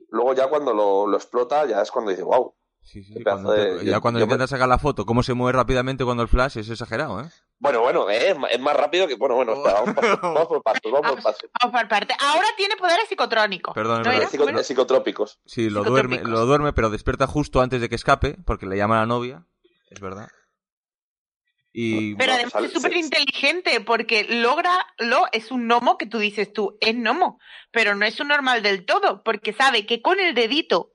Luego ya cuando lo, lo explota, ya es cuando dice, wow, Sí, sí, Qué sí, pedazo cuando de- intenta- yo- ya cuando yo me- intenta sacar la foto, cómo se mueve rápidamente cuando el flash es exagerado, ¿eh? Bueno, bueno, eh, es ma- es más rápido que. Bueno, bueno, espera, vamos, por, vamos por partes, vamos por partes. Vamos por parte. Ahora tiene poderes psicotrónicos. Perdón, es ¿No verdad. era? Psico- Bueno, Psicotrópicos. Sí, lo duerme, Psicotrópicos. lo duerme, pero despierta justo antes de que escape, porque le llama la novia, es verdad. Y Pero No, además sale- es súper inteligente porque logra, lo, es un gnomo que tú dices tú, es gnomo, pero no es un normal del todo, porque sabe que con el dedito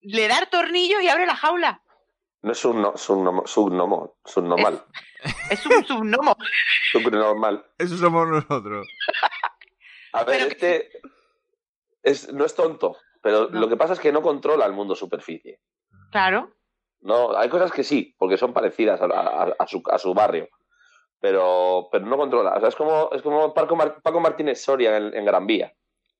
le da el tornillo y abre la jaula. No es un no- es un nomo- subnomo, subnormal. Es un subgnomo. Subnormal. eso somos nosotros. A ver, Pero este. Es, no es tonto, pero No. lo que pasa es que no controla el mundo superficie. Claro. No, hay cosas que sí, porque son parecidas a, a- a su, a su barrio. Pero, pero no controla. O sea, es como, es como Paco, Mar- Paco Martínez Soria en- en Gran Vía.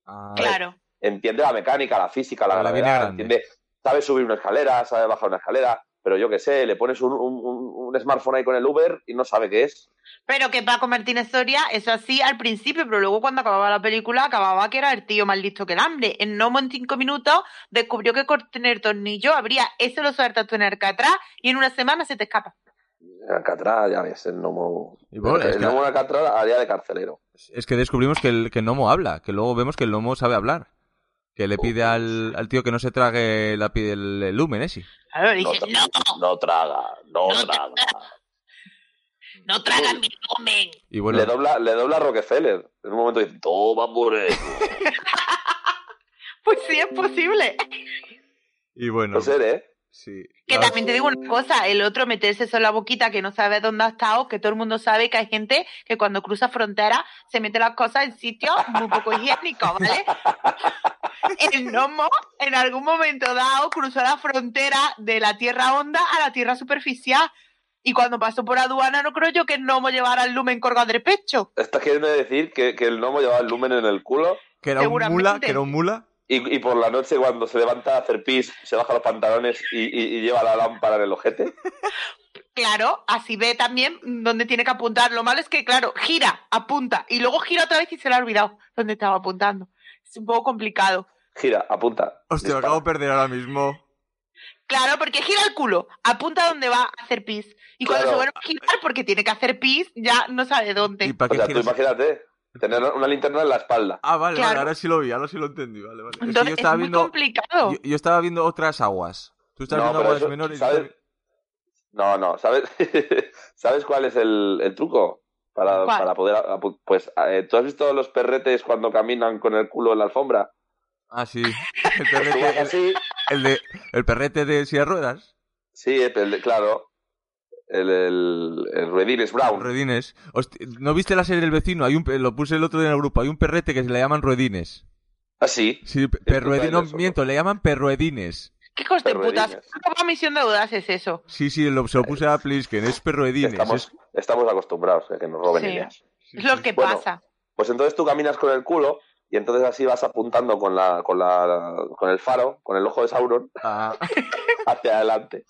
Ah, Claro. entiende la mecánica, la física, la Pero la viene gravedad, grande. entiende, sabe subir una escalera, sabe bajar una escalera, pero yo qué sé, le pones un, un- un- un smartphone ahí con el Uber y no sabe qué es. Pero que Paco Martínez Soria, eso así al principio, pero luego cuando acababa la película, acababa que era el tío más listo que el hambre. El gnomo en cinco minutos descubrió que con tener tornillo habría, eso lo sueltas tú en el que atrás y en una semana se te escapa. Alcatraz, ya ves, el gnomo. Y bueno, el es que- gnomo de Alcatraz haría de carcelero. Es que descubrimos que el que el gnomo habla, que luego vemos que el gnomo sabe hablar. Que Oh, le pues pide al, al tío que no se trague la, pi- el, el lumen ese. Claro, le No, dije, tra- no traga, no, No traga. No tragan mi lumen. Y bueno, Le, dobla, le dobla a Rockefeller. En un momento dice, toma por eso. Pues sí, es posible. y bueno, No sé, ¿eh? sí. Que Ah, también te digo una cosa, el otro meterse eso en la boquita que no sabe dónde ha estado, que todo el mundo sabe que hay gente que cuando cruza fronteras se mete las cosas en sitios muy poco higiénicos, ¿vale? El gnomo en algún momento dado cruzó la frontera de la tierra honda a la tierra superficial y cuando pasó por aduana no creo yo que el gnomo llevara el lumen colgado del pecho. ¿Estás queriendo decir que, que el gnomo llevaba el lumen en el culo? que era un seguramente. mula, que era un mula. Y, y por la noche cuando se levanta a hacer pis, se baja los pantalones y, y- y lleva la lámpara en el ojete. Claro, así ve también dónde tiene que apuntar. Lo malo es que, claro, gira, apunta y luego gira otra vez y se le ha olvidado dónde estaba apuntando. Es un poco complicado. Gira, apunta. Hostia, lo dispara. acabo de perder ahora mismo. Claro, porque gira el culo, apunta dónde va a hacer pis. Y cuando Claro. se vuelve a girar, porque tiene que hacer pis, ya no sabe ¿Y dónde. para O qué sea, tú giras? imagínate, tener una linterna en la espalda. Ah, vale, vale, Claro. ahora sí lo vi, ahora sí lo entendí, vale, vale. Es que Entonces, yo es, estaba muy viendo, complicado. yo, yo estaba viendo otras aguas. Tú estás No, viendo pero aguas eso, menores. yo ¿sabes? estaba- No, no, ¿sabes, ¿sabes cuál es el, el truco? Para, ¿Cuál? para poder. apu- Pues, eh, ¿tú has visto los perretes cuando caminan con el culo en la alfombra? Ah, sí. El Pues tú vas perrete, el, así. el de, el perrete de silla de ruedas. Sí, eh, el de- claro. El, el, el Redin es Brown. Ruedines. Hosti- ¿No viste la serie El vecino? Hay un, pe- lo puse el otro día en el grupo. Hay un perrete que se le llaman ruedines. Así. Sí, perruedines. No, eso, ¿no? miento, le llaman perruedines. ¿Qué coste de Perro de putas? niñas. ¿Cómo misión de dudas es eso? Sí, sí, lo, se lo puse a Plisken, es perroedines. Eh, Estamos, estamos acostumbrados a que nos roben Sí. ideas. Es lo que Bueno. pasa. Pues entonces tú caminas con el culo y entonces así vas apuntando con la, con la, con el faro, con el ojo de Sauron, Ah, hacia adelante.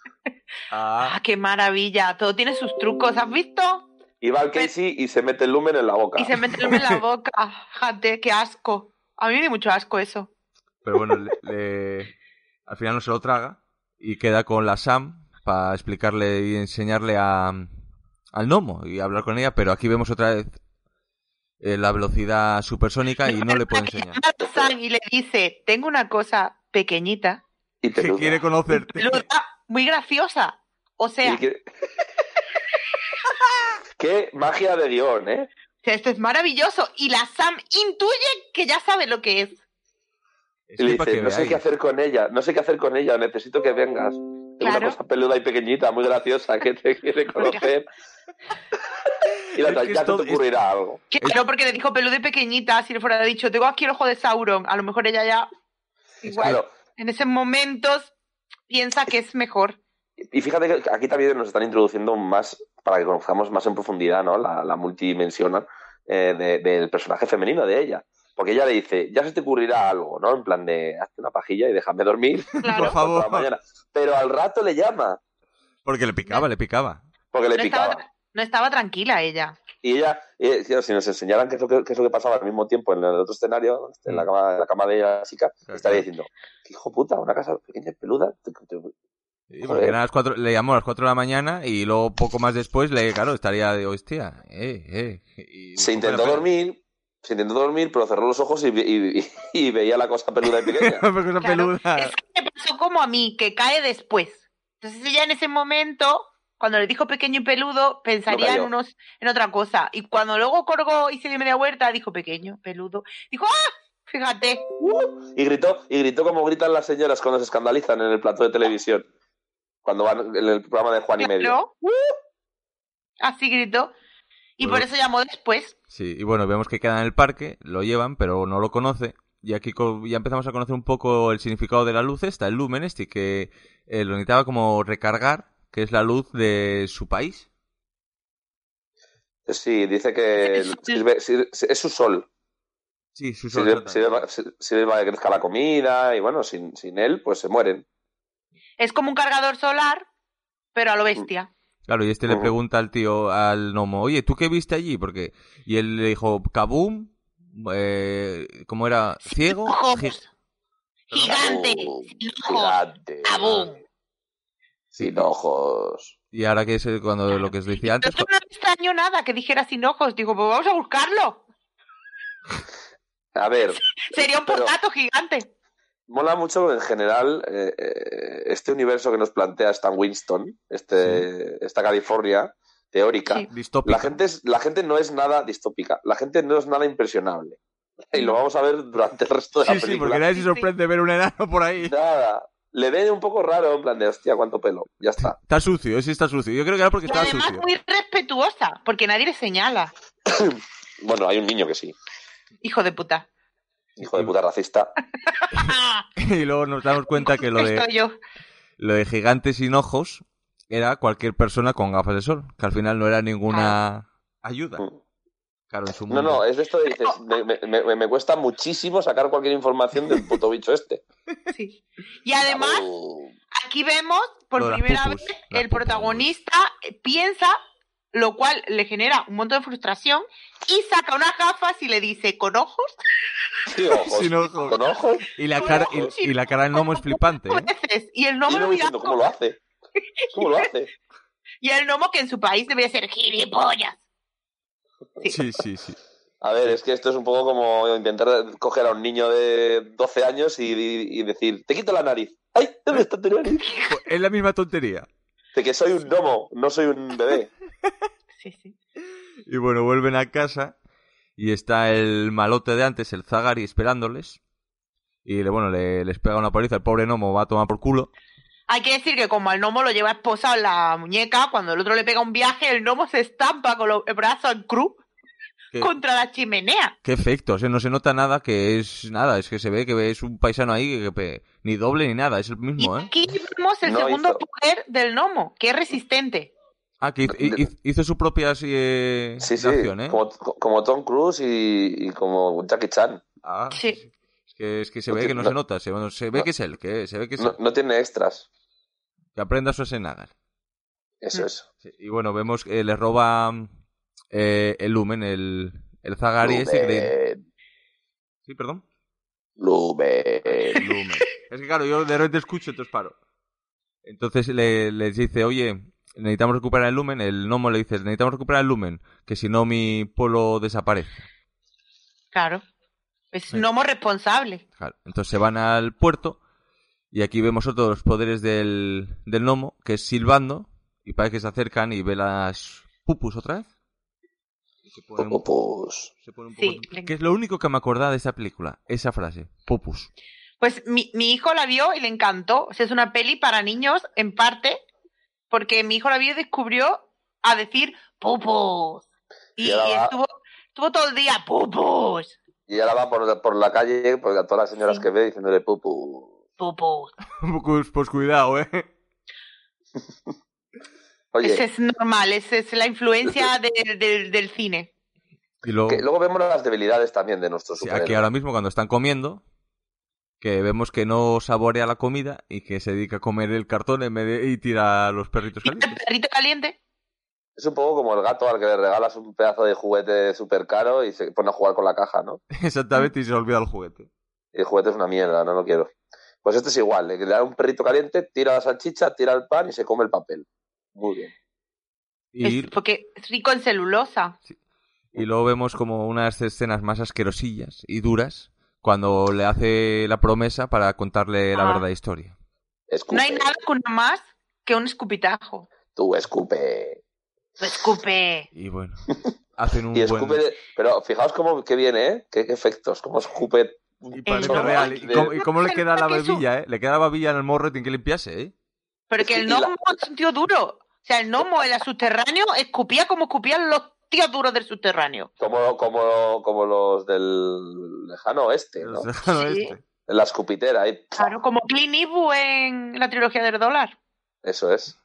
ah, Ah, qué maravilla. Todo tiene sus trucos, ¿has visto? Y va el Casey y se mete el lumen en la boca. Pues Y se mete el dedo en la boca. Fíjate, qué asco. A mí me dio mucho asco eso. pero bueno, le- le- al final no se lo traga y queda con la Sam para explicarle y enseñarle a, al gnomo y hablar con ella, pero aquí vemos otra vez eh, la velocidad supersónica y no le puedo enseñar. Llama a Sam y le dice, tengo una cosa pequeñita, Y te Que luda. quiere conocerte. peluda, muy graciosa. O sea, Y que- Qué magia de guión, ¿eh? esto es maravilloso. Y la Sam intuye que ya sabe lo que es. Es Y le que pa' dice, que no sé veáis. qué hacer con ella, no sé qué hacer con ella, necesito que vengas. Es Una Claro. cosa peluda y pequeñita, muy graciosa, que te quiere conocer. y la Es que ya esto- te ocurrirá algo. Que no, porque le dijo peluda y pequeñita, si le fuera dicho, tengo aquí el ojo de Sauron. A lo mejor ella ya, igual, Claro, en esos momentos, piensa que es mejor. y fíjate que aquí también nos están introduciendo más, para que conozcamos más en profundidad, ¿no? La, la multidimensional eh, de- del personaje femenino de ella. Porque ella le dice, ya se te ocurrirá algo, ¿no? En plan de, hazte una pajilla y déjame dormir. Claro. Por favor. Hasta mañana. Pero al rato le llama, Porque le picaba, le picaba. porque le No picaba. estaba, no estaba tranquila ella. Y ella, eh, claro, si nos enseñaran qué es, lo que, qué es lo que pasaba al mismo tiempo en el otro escenario, este, en la cama, en la cama de la chica, Mm. Claro, claro. estaría diciendo, "Qué hijo puta, una casa pequeña y peluda. te- te- te-". Sí, porque eran las cuatro- le llamó a las 4 de la mañana y luego poco más después, le, claro, estaría de hostia. Eh, eh. Y- Se intentó Pero- dormir, se intentó dormir, pero cerró los ojos y, ve- y- y veía la cosa peluda y pequeña. Porque esa Claro, peluda. Es que me pasó como a mí, que cae después. Entonces ella en ese momento, cuando le dijo pequeño y peludo, pensaría en cayó. unos, en otra cosa. Y cuando luego colgó y se dio media vuelta, dijo pequeño, peludo. Dijo, ¡ah! Fíjate, Y gritó, y gritó como gritan las señoras cuando se escandalizan en el plató de televisión. Cuando van en el programa de Juan y medio. claro. Uh. Así gritó. Y por Bueno. eso llamó después. Sí, y bueno, vemos que queda en el parque, lo llevan, pero no lo conoce. Y aquí co- ya empezamos a conocer un poco el significado de la luz esta, el lumen este, que eh, lo necesitaba como recargar, que es la luz de su país. Sí, dice que Es su- sirve- sirve- es su sol. Sí, su sol, Sirve, exactamente. sirve para- sirve para que crezca la comida y bueno, sin, sin él pues se mueren. Es como un cargador solar, pero a lo bestia. Claro, y este le Ujú. pregunta al tío, al gnomo, oye, ¿tú qué viste allí? Porque Y él le dijo, Kaboom, eh, ¿cómo era? ¿Ciego? Ojos. Gi- Gigante, Boom, sin ojos, Gigante. ¡Cabum! Sin ojos. Y ahora que es el- cuando lo que os decía antes, Entonces no me extrañó nada que dijera sin ojos. Digo, pues vamos a buscarlo. A ver, Sería un Pero- portato gigante. mola mucho en general eh, eh, este universo que nos plantea Stan Winston, este, esta California teórica. Sí. distópico. La gente, es, la gente no es nada distópica, la gente no es nada impresionable. Y lo vamos a ver durante el resto de Sí, la sí, película. porque nadie se Sí, sí. sorprende ver un enano por ahí. Nada. Le ven un poco raro, en plan de hostia, cuánto pelo. Ya está. Está sucio, sí está sucio. Yo creo que era porque Pero estaba además sucio. muy respetuosa, porque nadie le señala. Bueno, hay un niño que sí. Hijo de puta. Hijo de puta racista. Y luego nos damos cuenta que lo de, Soy yo. lo de gigantes sin ojos era cualquier persona con gafas de sol, que al final no era ninguna ayuda. Claro, en su Mm. No, mundo. no, eh, es de esto de dices, me, me- me- me cuesta muchísimo sacar cualquier información del puto bicho este. Sí. Y además, Oh. aquí vemos Lo por de las primera pupus, vez las el pupus. protagonista eh, piensa, lo cual le genera un montón de frustración, y saca unas gafas y le dice, ¿con ojos? Sí, ojos. Sin ojos. Con ojos. Y la cara, y, y la cara del gnomo es flipante. ¿eh? veces. Y el y gnomo luego diciendo, mirando- ¿cómo lo hace? ¿Cómo lo hace? y el gnomo que en su país debería ser gilipollas. Sí, sí, sí. A ver, es que esto es un poco como intentar coger a un niño de 12 años y, y- y decir, te quito la nariz. ¡Ay, dónde está tu nariz? Pues es la misma tontería. De que soy un gnomo, no soy un bebé. Sí, sí. Y bueno, vuelven a casa y está el malote de antes, el Zagari, esperándoles. Y le- bueno, le- les pega una paliza. El pobre gnomo va a tomar por culo. Hay que decir que como al gnomo lo lleva esposado en la muñeca, cuando el otro le pega un viaje, el gnomo se estampa con los brazos en cruz. Que- contra la chimenea. Qué efectos, eh, no se nota nada que es nada, es que se ve que es un paisano ahí que, que- ni doble ni nada, es el Y mismo, ¿eh? aquí vemos el No segundo hizo. poder del gnomo, que es resistente. Ah, que hizo, hi- hizo su propia así, eh, Sí, sí, acción, ¿eh? como, como Tom Cruise y, y como Jackie Chan. Ah, Sí. Es que, es que se No ve tiene- que no, no- se nota, se, bueno, se ve no- que es él, que se ve que es No, él, no tiene extras. que aprenda sus escenadas. Eso es. Sí, y bueno, vemos que le roba eh, el lumen, el, el Zagari ese que le- Sí, perdón. Lumen. Lumen. es que claro, yo de repente escucho, entonces paro. Entonces le, les dice, oye, necesitamos recuperar el lumen. El gnomo le dice, necesitamos recuperar el lumen, que si no mi polo desaparece. Claro. Es Sí. gnomo responsable. Claro. Entonces se van al puerto y aquí vemos otros los poderes del, del gnomo, que es silbando, y parece que se acercan y ve las pupus otra vez. Y se ponen- Pues, Popopos. se pone un poco... Sí. Que es lo único que me acordaba de esta película, esa frase, pupus. Pues mi, mi hijo la vio y le encantó. O sea, es una peli para niños, en parte, porque mi hijo la vio y descubrió a decir pupus. Y, Y ahora y va- estuvo, estuvo todo el día pupus, Y ahora va por, por la calle, porque a todas las señoras Sí. que ve diciéndole pupu. pupus. pues, pues cuidado, ¿eh? Oye, Eso es normal, esa es la influencia del- del- del cine. Y luego, que luego vemos las debilidades también de nuestros sí, superhéroes. aquí ahora mismo cuando están comiendo, que vemos que no saborea la comida y que se dedica a comer el cartón en vez de- y tira a los perritos El calientes. perrito caliente. Es un poco como el gato al que le regalas un pedazo de juguete súper caro y se pone a jugar con la caja, ¿no? Exactamente, y se olvida el juguete. Y el juguete es una mierda, no lo quiero. Pues este es igual, le da un perrito caliente, tira la salchicha, tira el pan y se come el papel. Muy bien. Y, Es porque es rico en celulosa. y luego vemos como unas escenas más asquerosillas y duras cuando le hace la promesa para contarle la Ah. verdad historia. Escupe, No hay nada con más que un escupitajo. tú escupe. Lo escupe. Y bueno, hacen un Y buen... escupe, de- pero fijaos cómo que viene, ¿eh? Qué, qué efectos, cómo escupe. Y parece No, real. ¿Y de- cómo, y cómo le El queda la que es un- babilla, eh? Le queda la babilla en el morro y tiene que limpiarse, eh. Pero Es que que el y la- gnomo es un tío duro. O sea, el gnomo en el subterráneo escupía como escupían los tíos duros del subterráneo. Como, como, como los del lejano oeste, ¿no? O sea, no, Sí. este. En la escupitera, ahí. Claro, como Clint Eastwood en la trilogía del dólar. Eso es.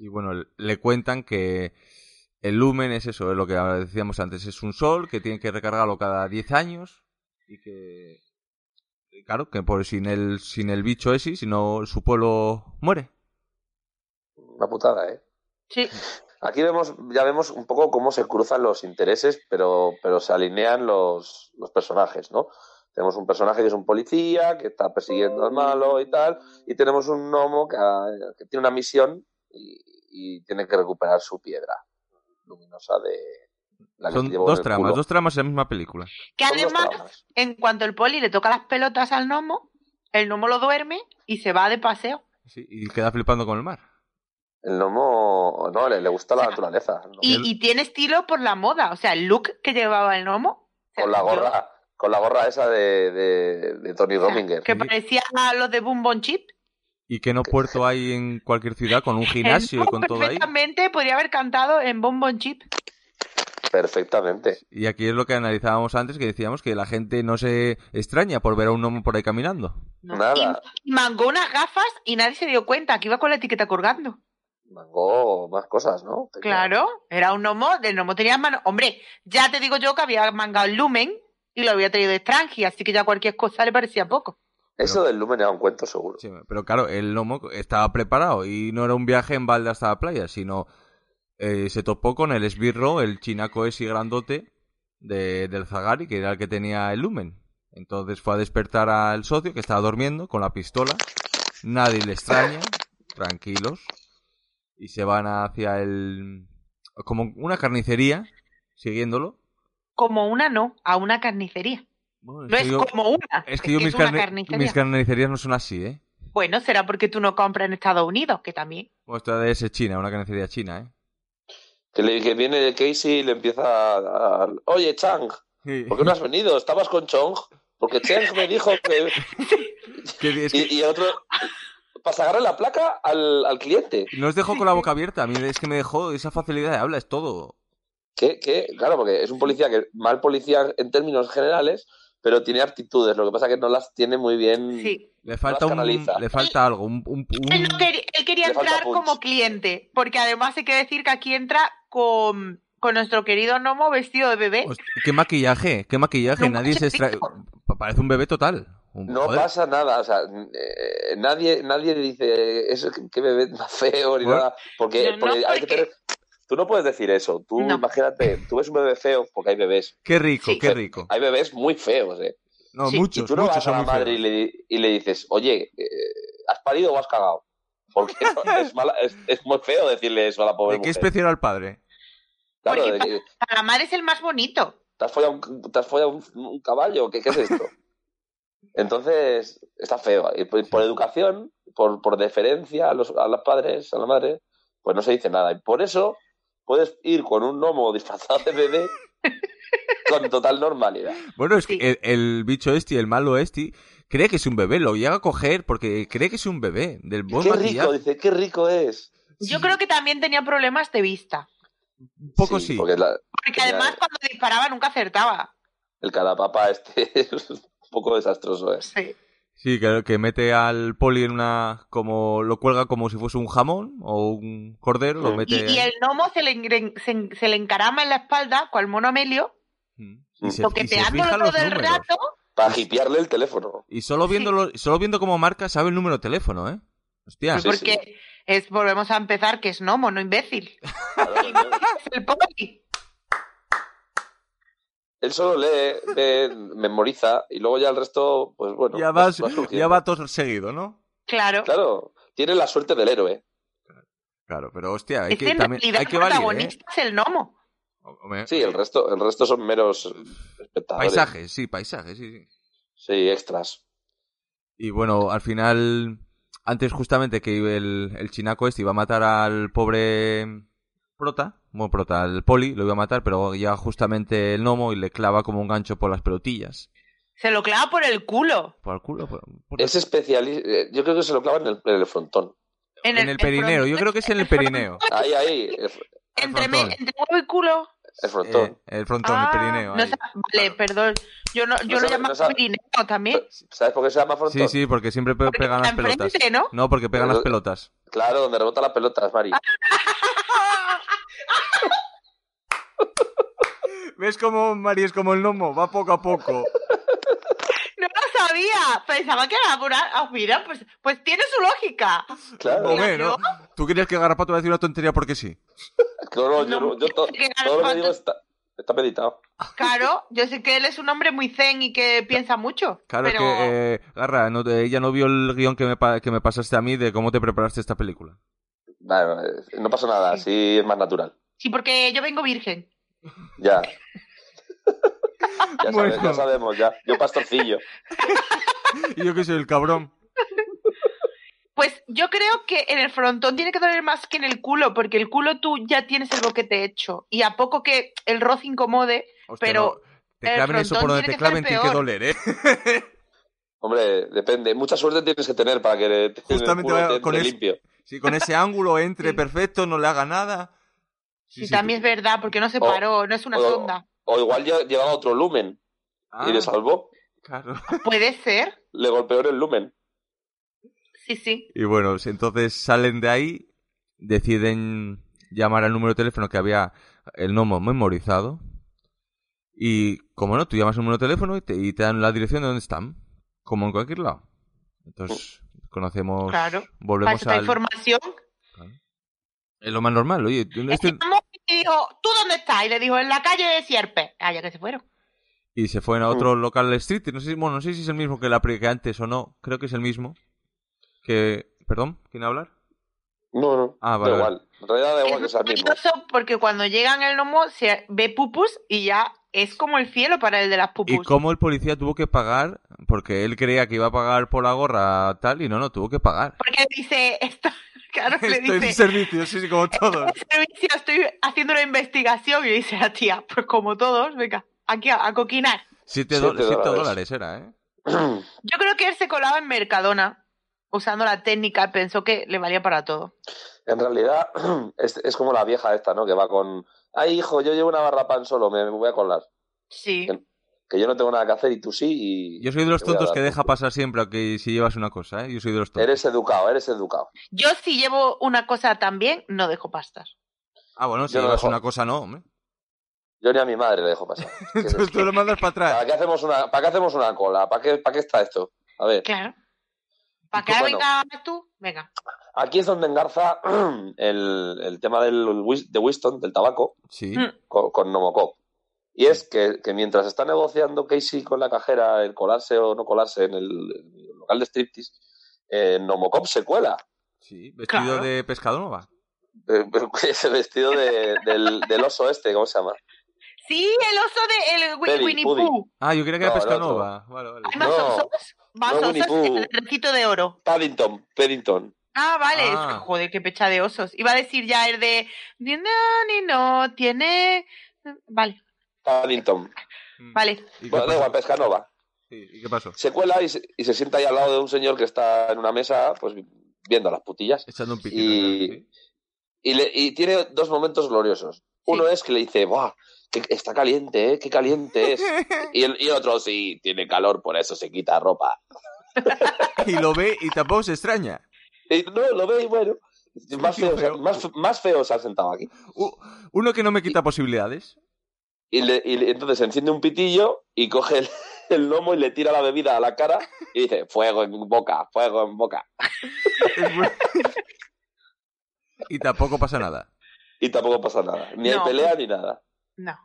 Y bueno, le- le cuentan que el lumen es eso, es lo que decíamos antes, es un sol que tienen que recargarlo cada 10 años y que... y claro, que por, sin, el, sin el bicho ese, si no, su pueblo muere. Una putada, ¿eh? Sí. Aquí vemos, ya vemos un poco cómo se cruzan los intereses, pero, pero se alinean los, los personajes, ¿no? Tenemos un personaje que es un policía, que está persiguiendo al malo y tal, y tenemos un gnomo que, ha- que tiene una misión y, y tiene que recuperar su piedra luminosa de la que Son llevó en dos el tramas, culo. dos tramas en la misma película. Que Son dos además, tramas. en cuanto el poli le toca las pelotas al gnomo, el gnomo lo duerme y se va de paseo. Sí, y queda flipando con el mar. El gnomo, no, le, le gusta la naturaleza. ¿no? Y, y tiene estilo por la moda. O sea, el look que llevaba el gnomo. o sea, Con la yo- Ah, gorra, con la gorra esa de, de, de Tony O sea, Rominger. Que Sí. parecía a los de Boom Bon Chip. ¿Y que no puerto hay en cualquier ciudad con un gimnasio y Él con todo ahí? Perfectamente podría haber cantado en Bon Bon Chip. Perfectamente. Y aquí es lo que analizábamos antes, que decíamos que la gente no se extraña por ver a un gnomo por ahí caminando. No. Nada. Y, y mangó unas gafas y nadie se dio cuenta que iba con la etiqueta colgando. Mango, más cosas, ¿no? Tenía- Claro, era un gnomo, del gnomo tenía mano. Hombre, ya te digo yo que había mangado el lumen y lo había traído de Strange, así que ya cualquier cosa le parecía poco. Eso del lumen era un cuento seguro. Sí, pero claro, el lomo estaba preparado y no era un viaje en balde hasta la playa, sino eh, se topó con el esbirro, el chinaco ese grandote de, del Zagari, que era el que tenía el lumen. Entonces fue a despertar al socio que estaba durmiendo con la pistola. Nadie le extraña, tranquilos. Y se van hacia el. como una carnicería, siguiéndolo. Como una no, a una carnicería. Bueno, No es yo- como una. es que yo mis, es una carni- carnicería. mis carnicerías no son así, ¿eh? Bueno, será porque tú no compras en Estados Unidos, que también. Bueno, esta es China, una carnicería china, ¿eh? Que, le, que viene Casey y le empieza a, a- Oye, Chang, Sí. ¿por qué no has venido? ¿Estabas con Chong? Porque Chang me dijo que... Que- es que- Y, y otro... Para sacarle la placa al, al cliente. Nos dejó con la boca abierta. A mí es que me dejó esa facilidad de habla, es todo. que, que, claro, porque es un policía que, mal policía en términos generales, pero tiene aptitudes. Lo que pasa es que no las tiene muy bien. Sí. Le falta, Las un, canaliza. le falta algo, un, un- un- Él, no quería, él quería Le falta entrar punch. como cliente, porque además hay que decir que aquí entra con, con nuestro querido Nomo vestido de bebé. Host- ¿Qué maquillaje? ¿Qué maquillaje? Nunca Nadie se se extra... hizo. Pa- Parece un bebé total. Un- No joder. pasa nada, o sea, eh, nadie, nadie dice eso que- que bebé más feo ni Bueno. nada, porque, No, no, porque hay que porque- tener- tú no puedes decir eso, tú No. imagínate, tú ves un bebé feo, porque hay bebés, Qué rico, Sí. qué rico. hay bebés muy feos, ¿eh? No, Sí. Y muchos, tú no muchos vas a son la muy madre y feos. le, y le dices, oye, eh, ¿has parido o has cagado? Porque no, es, mala- es- es muy feo decirle eso a la pobre ¿De qué mujer. especie era el padre? Claro, Porque de que, A la madre es el más bonito. ¿te has follado un, te has follado un- un caballo? ¿Qué, qué es esto? Entonces, está feo. Y por, por educación, por, por deferencia a los, a los padres, a la madre, pues no se dice nada. Y por eso puedes ir con un gnomo disfrazado de bebé con total normalidad. Bueno, es Sí. que el, el bicho este, el malo este, cree que es un bebé, lo llega a coger porque cree que es un bebé, del buen qué rico, maquillaje. dice, qué rico es. Yo creo que también tenía problemas de vista. Un poco sí. Porque la- Porque Ya, además ya. cuando disparaba nunca acertaba. el carapapa este es un poco desastroso. ¿eh? Sí. Sí, que, que mete al poli en una... como lo cuelga como si fuese un jamón o un cordero, lo Mm. mete... Y, y el gnomo se le, engren- se, en- se le encarama en la espalda, cual mono Melio, Mm. Mm. Y se, y se toqueteando fija todo los el números. rato. Para hipearle el teléfono. Y solo viendo, Sí. lo- solo viendo cómo marca sabe el número de teléfono, ¿eh? Hostia. Pues Sí, porque es, volvemos a empezar que es gnomo, no imbécil. Claro, claro. Es el poli. Él solo lee, ve, memoriza y luego ya el resto, pues bueno. ya, vas, surgiendo. ya va todo seguido, ¿no? Claro. Claro, tiene la suerte del héroe. Claro, pero hostia, hay Es que que, en también, realidad hay que el valer, ¿eh? protagonista es el gnomo. Hombre, Sí, el resto, el resto son meros espectadores. Paisajes, sí, paisajes, sí, sí. Sí, extras. Y bueno, al final, antes justamente que el, el chinaco este iba a matar al pobre prota, bueno, prota, al poli, lo iba a matar, pero ya justamente el gnomo y le clava como un gancho por las pelotillas. Se lo clava por el culo. Por el culo, por- por- Es especialista. Yo creo que se lo clavan en el, en el frontón. En en el perineo, yo creo que es en el perineo. Ahí, ahí, el, Entre, el me- frontón. entre huevo y culo. el frontón. Eh, el frontón, Ah, el perineo. no ahí. sa- vale, perdón. Yo, no, yo No lo sabe- llamo no sabe- perineo también. ¿Sabes por qué se llama frontón? Sí, sí, porque siempre pe- Porque pegan está las pelotas. enfrente, ¿no? No, porque pegan las Pero- pelotas. Claro, donde rebota las pelotas, Mari. ¿Ves cómo Mari es como el gnomo? Va poco a poco. No lo sabía. Pensaba que era por... Ah, mira, pues, pues tiene su lógica. Claro. Hombre, ¿no? ¿Tú querías que Garrapato iba a decir una tontería porque sí? No, no, yo, No, no- yo to- que era todo lo que el digo está, está meditado. Claro, yo sé que él es un hombre muy zen y que piensa mucho. Claro pero... que, eh, Garra, no, te- ella no vio el guión que me, pa- que me pasaste a mí de cómo te preparaste esta película. Bueno, eh, no pasa nada, así es más natural. Sí, porque yo vengo virgen. Ya. ya, Bueno. sabes, ya sabemos, ya. Yo pastorcillo. Y yo que soy el cabrón. Pues yo creo que en el frontón tiene que doler más que en el culo, porque el culo tú ya tienes el boquete hecho. Y a poco que el roce incomode, Hostia, Pero no, Te el claven eso por frontón donde tiene te que ser claven, tiene que peor. doler, ¿eh? Hombre, depende. Mucha suerte tienes que tener para que te- Justamente el culo vaya te con entre eso. limpio. Si con ese ángulo entre Sí. perfecto, no le haga nada. Sí, y sí, también tú- es verdad, porque no se O- paró, no es una o- sonda. O igual ya llevaba otro lumen Ah, y le salvó. claro. Puede ser, Le golpeó en el lumen. sí, sí. Y bueno, si entonces salen de ahí, deciden llamar al número de teléfono que había el gnomo memorizado. Y como no, tú llamas al número de teléfono y te, y te dan la dirección de donde están, como en cualquier lado. Entonces, conocemos, Claro. Para volvemos esta Pues, al... información. Es lo más normal, oye. tú no Este estoy- mamón Y dijo, ¿tú dónde estás? Y le dijo, en la calle de Sierpe. Ah, ya que se fueron. Y se fueron a otro local street, y no sé, si- bueno, no sé si es el mismo que la pri- que antes o no, creo que es el mismo. Que... ¿Perdón? ¿Quién hablar? No, no. Ah, da vale, vale. igual. En realidad da igual que Es sea el mismo. curioso porque cuando llegan el lomo se ve pupus y ya es como el cielo para el de las pupus. Y cómo el policía tuvo que pagar, porque él creía que iba a pagar por la gorra tal, y no, no, tuvo que pagar. Porque dice esto, claro, le Estoy en dice, "Este servicio, sí, sí, como todos. servicio, estoy haciendo una investigación y dice la tía, pues como todos, venga, aquí a, a coquinar. Siete, Siete do- siete dólares dólares. era, ¿eh? Yo creo que él se colaba en Mercadona usando la técnica, pensó que le valía para todo. En realidad es, es como la vieja esta, ¿no? Que va con Ay, hijo, yo llevo una barra pan solo, me voy a colar. Sí. Que yo no tengo nada que hacer y tú sí. Y Yo soy de los te voy a tontos dar. que deja pasar siempre aunque si llevas una cosa, ¿eh? Yo soy de los tontos. Eres educado, eres educado. Yo si llevo una cosa también, no dejo pasar. Ah, bueno, si Yo no llevas dejo. una cosa no, hombre. Yo ni a mi madre le dejo pasar. ¿Qué es Entonces esto? tú lo mandas para atrás. ¿Para qué hacemos una, para qué hacemos una cola? ¿Para qué, ¿Para qué está esto? A ver, Claro. ¿Para que Pues bueno. venga tú? Venga. aquí es donde engarza el, el tema del, whis- de Winston, del tabaco, Sí. Mm. con, con Nomocop. Y es que, que mientras está negociando Casey con la cajera el colarse o no colarse en el local de striptease, eh, Nomocop se cuela. Sí, vestido Claro. de pescado nova. Eh, pero Ese vestido de- del, del oso este, ¿cómo se llama? Sí, el oso de el Wi- Peri, Winnie Pudi. Pooh. Ah, yo creía que era No, el pescado otro. nova. Vale, vale. Hay más No, osos. Más no Winnie osos que Pooh. el recito de oro. Paddington, Paddington. Ah, vale. Es Ah. que, joder, qué pecha de osos. Iba a decir ya el de ni no, ni no, tiene. Vale, Paddington. Mm. vale. ¿Y qué Bueno, da pasó? igual, Pescanova. Sí, ¿Y qué pasó? se cuela y se, y se sienta ahí al lado de un señor que está en una mesa, pues viendo a las putillas. Echando un pitido. Y- ¿sí? Y, le- y tiene dos momentos gloriosos. Uno es que le dice, ¡buah! Que está caliente, ¿eh? ¡Qué caliente es! Y el, y el otro, sí, tiene calor, por eso se quita ropa. Y lo ve y tampoco se extraña. Y no, lo ve y bueno. Más tío feo, feo. más, más feo se ha sentado aquí. U- uno que no me quita posibilidades. Y, le- y le- entonces enciende un pitillo y coge el, el lomo y le tira la bebida a la cara y dice, fuego en boca, fuego en boca. Es bueno. y tampoco pasa nada. Y tampoco pasa nada. Ni No. hay pelea ni nada. No.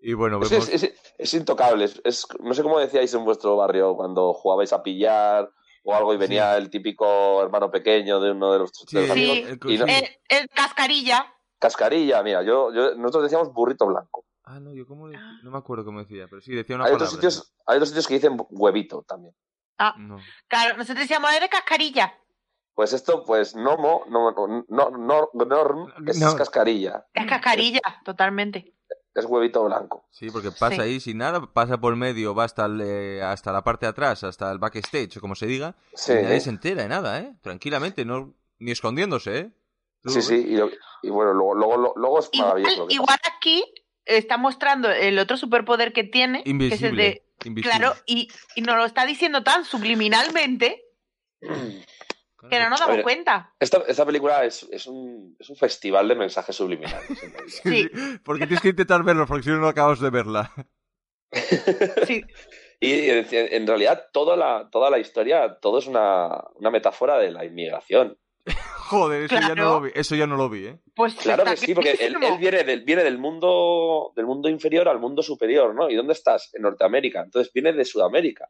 Y bueno, Es, vemos... es, es- es intocable. es- es- no sé cómo decíais en vuestro barrio cuando jugabais a pillar o algo y venía el típico hermano pequeño de uno de los, de Sí, los Sí. amigos. el- Y no- sí. El, el cascarilla. Cascarilla, mira, yo, yo- nosotros decíamos burrito blanco. Ah, no, yo cómo... dec- No me acuerdo cómo decía, pero sí, decía una Hay palabra. otros, sitios, hay otros sitios que dicen huevito también. No. Claro, nosotros decíamos, eres cascarilla. Pues esto, pues nomo, no, no, no, no, norm, es No. cascarilla, Es cascarilla, totalmente. es huevito blanco. Sí, porque pasa Sí. ahí sin nada, pasa por medio, va hasta, el, eh, hasta la parte de atrás, hasta el backstage, o como se diga, Sí, y nadie se entera de nada, ¿eh? Tranquilamente, no, ni escondiéndose, ¿eh? Tú sí, lo sí. ves. Y, lo- y bueno, luego, luego, luego es Igual, maravilloso. lo que igual aquí está mostrando el otro superpoder que tiene, que es el Invisible. de invisible. Claro, y, y nos lo está diciendo tan subliminalmente pasa. que no nos damos Oye. cuenta. Esta, esta película es, es, un, es un festival de mensajes subliminales. en realidad. Sí, Porque tienes que intentar verlo, porque si no, no acabas de verla. sí, y en, en realidad toda la, toda la historia, todo es una, una metáfora de la inmigración. Joder, eso, ya no Claro. lo vi, eso ya no lo vi, ¿eh? pues Claro está que sí, porque él, él clarísimo. viene, del, viene del, mundo, del mundo inferior al mundo superior, ¿no? ¿Y dónde estás? En Norteamérica. Entonces viene de Sudamérica.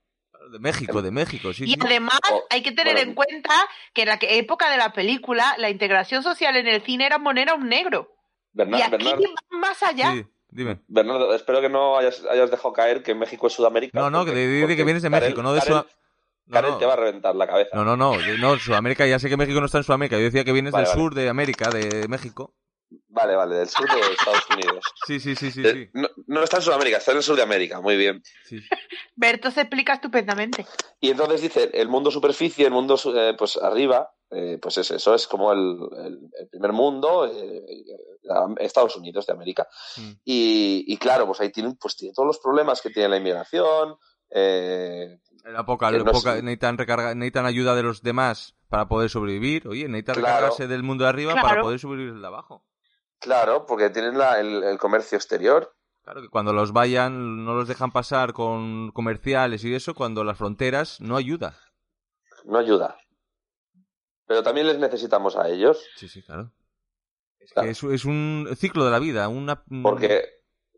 De México, de México, sí. Y sí. además Oh, hay que tener bueno. en cuenta que en la que- época de la película la integración social en el cine era moneda un negro. Bernard- y aquí Bernard- van más allá. Sí, dime. Bernardo, espero que no hayas, hayas dejado caer que México es Sudamérica. No, no, que porque- te dice que porque vienes de Karen- México, no de Karen- Sudamérica. Karen te va a reventar la cabeza. No, no, no, yo- no, Sudamérica, ya sé que México no está en Sudamérica, yo decía que vienes Vale, del vale. sur de América, de México. Vale, vale, del sur de Estados Unidos. Sí, sí, sí, sí, De- sí. No, no está en Sudamérica, está en el sur de América, muy bien. sí. Berto se explica estupendamente. Y entonces dice, el mundo superficie, el mundo su- eh, pues arriba, eh, pues es eso, es como el, el- el primer mundo, eh, eh, Estados Unidos de América. Mm. Y, y claro, pues ahí tienen, pues tiene todos los problemas que tiene la inmigración. eh, La poca, Que la no poca- sé. necesitan, recarga, necesitan ayuda de los demás para poder sobrevivir. Oye, necesitan Claro. recargarse del mundo de arriba para Claro. poder sobrevivir el de abajo. claro, porque tienen la- el, el comercio exterior. Claro que cuando los vayan, no los dejan pasar con comerciales y eso, cuando las fronteras no ayuda. No ayuda. Pero también les necesitamos a ellos, Sí, sí, claro. Es, Claro. que es, es un ciclo de la vida, una... porque,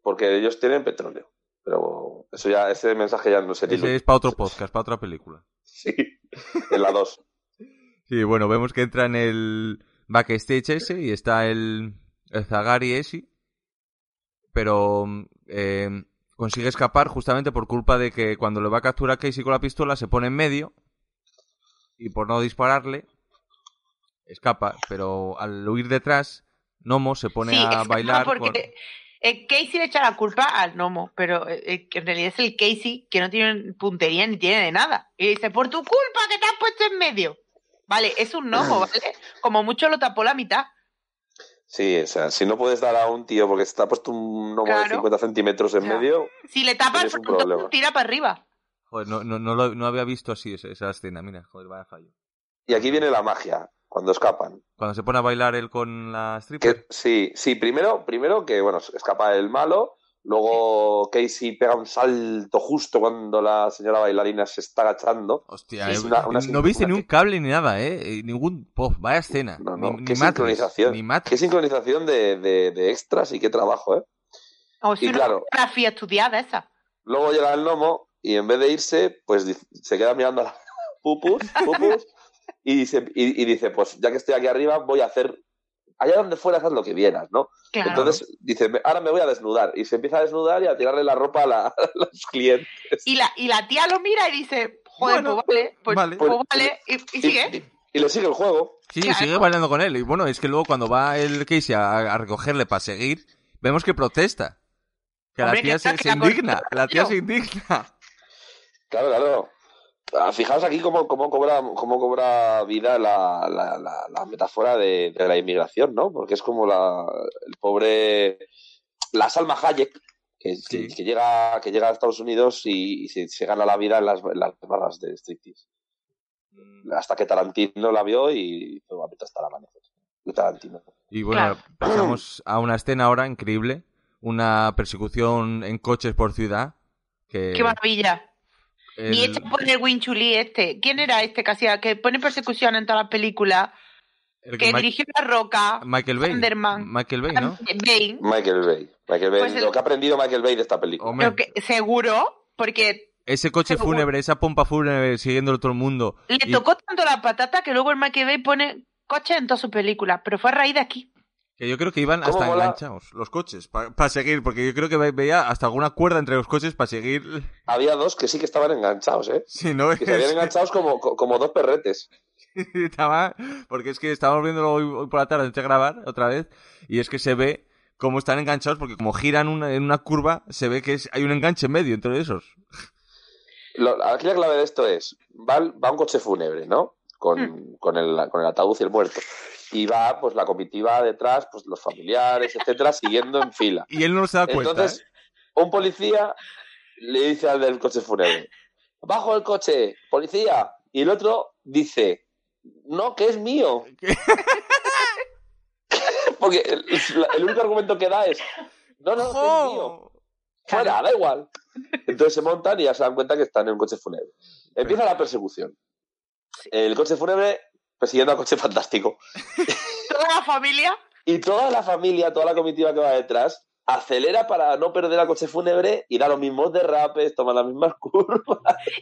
porque ellos tienen petróleo. Pero eso ya, ese mensaje ya no se Ese diluye. es para otro podcast, para otra película. Sí, en la 2. Sí, bueno, vemos que entra en el backstage ese y está el, el Zagari ese, pero eh, consigue escapar justamente por culpa de que cuando le va a capturar Casey con la pistola se pone en medio y por no dispararle escapa, pero al huir detrás Nomo se pone sí, a es bailar porque con- eh, Casey le echa la culpa al gnomo, pero eh, eh, que en realidad es el Casey que no tiene puntería ni tiene de nada. Y dice, por tu culpa que te has puesto en medio. Vale, es un gnomo, ¿vale? Como mucho lo tapó la mitad. Sí, o sea, si no puedes dar a un tío porque está puesto un gnomo de Claro. 50 centímetros en Ya. medio, Si le tapa el Tienes un frontón, problema. tira para arriba. Joder, no, no, no, lo- no había visto así esa, esa escena. Mira, joder, vaya fallo. y aquí viene la magia, cuando escapan. Cuando se pone a bailar él con la Que, stripper. sí, sí, primero, primero que, bueno, escapa el malo, luego Casey pega un salto justo cuando la señora bailarina se está agachando. Hostia, Sí, es eh, una- una no viste ni sincronización. un cable ni nada, ¿eh? Eh, Ningún... Pof, vaya escena. No, no, Ni, ni qué Matrix, sincronización. Ni Matrix. Qué sincronización de, de- de extras y qué trabajo, ¿eh? O si Y una claro. fotografía estudiada esa. Luego llega el gnomo y en vez de irse, pues dice- se queda mirando a la pupus, pupus y, dice, y, y dice, pues ya que estoy aquí arriba, voy a hacer... Allá donde fueras, haz lo que vieras, ¿no? Claro. Entonces dice, "Me- ahora me voy a desnudar. Y se empieza a desnudar y a tirarle la ropa a, la- a los clientes. y, la, y la tía lo mira y dice, joder, Bueno, pues vale, pues, vale. pues vale, y, y sigue. Y, y le sigue el juego. Sí, Claro. sigue bailando con él. Y bueno, es que luego cuando va el Casey a, a recogerle para seguir, vemos que protesta. Que Hombre, la tía que se, se está- que la indigna. La tía yo. se indigna. Claro, claro. Ah, Fijaos aquí cómo, cómo, cobra, cómo cobra vida la, la, la, la metáfora de, de la inmigración, ¿no? Porque es como la, el pobre. La Salma Hayek, que, Sí. que, que llega, que llega a Estados Unidos y, y se, se gana la vida en las, en las barras de striptease. Hasta que Tarantino la vio y hizo "Vete hasta el amanecer. Y Tarantino. Y bueno, pasamos a una escena ahora increíble. Una persecución en coches por ciudad. Que Qué maravilla. el- Y este pone el Winchuli este. ¿Quién era este que hacía, que pone persecución en todas las películas? el Que Ma- dirigió La Roca, Michael Bay. Thunderman. Michael Bay, ¿no? Bane. Michael Bay. Michael Bay. Pues el- Lo que ha aprendido Michael Bay de esta película. Hombre, Pero que, seguro, porque ese coche Pero- fúnebre, esa pompa fúnebre siguiendo todo el mundo. le Y- tocó tanto la patata que luego el McAvey pone coches en todas sus películas, pero fue a raíz de aquí. Que yo creo que iban ¿Cómo hasta mola? enganchados los coches para seguir, porque yo creo que ve- veía hasta alguna cuerda entre los coches para seguir. Había dos que sí que estaban enganchados, ¿eh? Si no Que se habían es- enganchados como, como dos perretes. estaba- porque es que estábamos viéndolo hoy, hoy por la tarde antes de grabar otra vez y es que se ve cómo están enganchados porque como giran una- en una curva se ve que es- hay un enganche en medio entre esos. Lo- aquí la clave de esto es, va, el- va un coche fúnebre, ¿no? Hmm. Con, con, el, con el ataúd y el muerto. Y va, pues, la comitiva detrás, pues, los familiares, etcétera, siguiendo en fila. Y él no se da cuenta. Entonces, ¿eh? un policía le dice al del coche fúnebre, bajo el coche, policía. Y el otro dice, no, que es mío. Porque el, el único argumento que da es, no, no, que es mío ¡Jo! fuera, da igual. Entonces se montan y ya se dan cuenta que están en un coche fúnebre. Empieza la persecución. El coche fúnebre persiguiendo al coche fantástico. Toda la familia, Y toda la familia, toda la comitiva que va detrás, acelera para no perder al coche fúnebre y da los mismos derrapes, toma las mismas curvas.